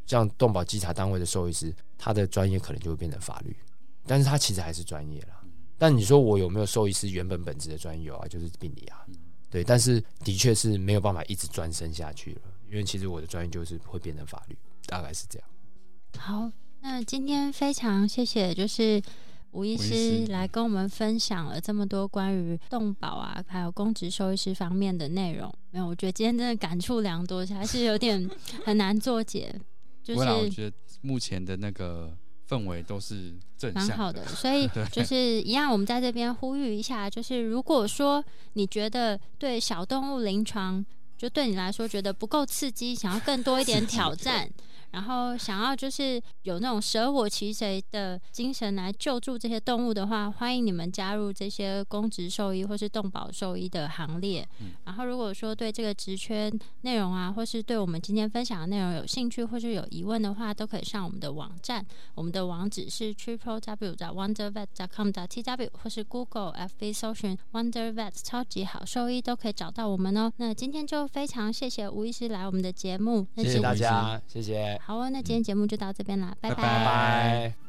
Speaker 4: 像动保稽查单位的兽医师，他的专业可能就会变成法律，但是他其实还是专业啦。但你说我有没有兽医师原本本职的专业有啊？就是病理啊，对。但是的确是没有办法一直专升下去了，因为其实我的专业就是会变成法律，大概是这样。
Speaker 1: 好，那今天非常谢谢，就是。吴医
Speaker 3: 吴医
Speaker 1: 师
Speaker 3: 师
Speaker 1: 来跟我们分享了这么多关于动保啊，还有公职兽医师方面的内容。没有，我觉得今天真的感触良多，还是有点很难做解。就
Speaker 3: 不过
Speaker 1: 是
Speaker 3: 啦，我觉得目前的那个氛围都是正
Speaker 1: 蛮好
Speaker 3: 向
Speaker 1: 的，，所 以就是一样，我们在这边呼吁一下，就是如果说你觉得对小动物临床，就对你来说觉得不够刺激，想要更多一点挑战，然后想要就是有那种舍我其谁的精神来救助这些动物的话，欢迎你们加入这些公职兽医或是动保兽医的行列。
Speaker 3: 嗯
Speaker 1: 然后如果说对这个职缺内容啊，或是对我们今天分享的内容有兴趣或是有疑问的话，都可以上我们的网站。我们的网址是 triple w wonder vet com t w 或是 Google FB 搜寻 Wonder Vet 超级好兽医都可以找到我们哦。那今天就非常谢谢吴医师来我们的节目，那
Speaker 4: 谢
Speaker 1: 今
Speaker 4: 谢大家，谢谢，
Speaker 1: 好哦，那今天节目就到这边啦，拜
Speaker 3: 拜
Speaker 4: 拜拜。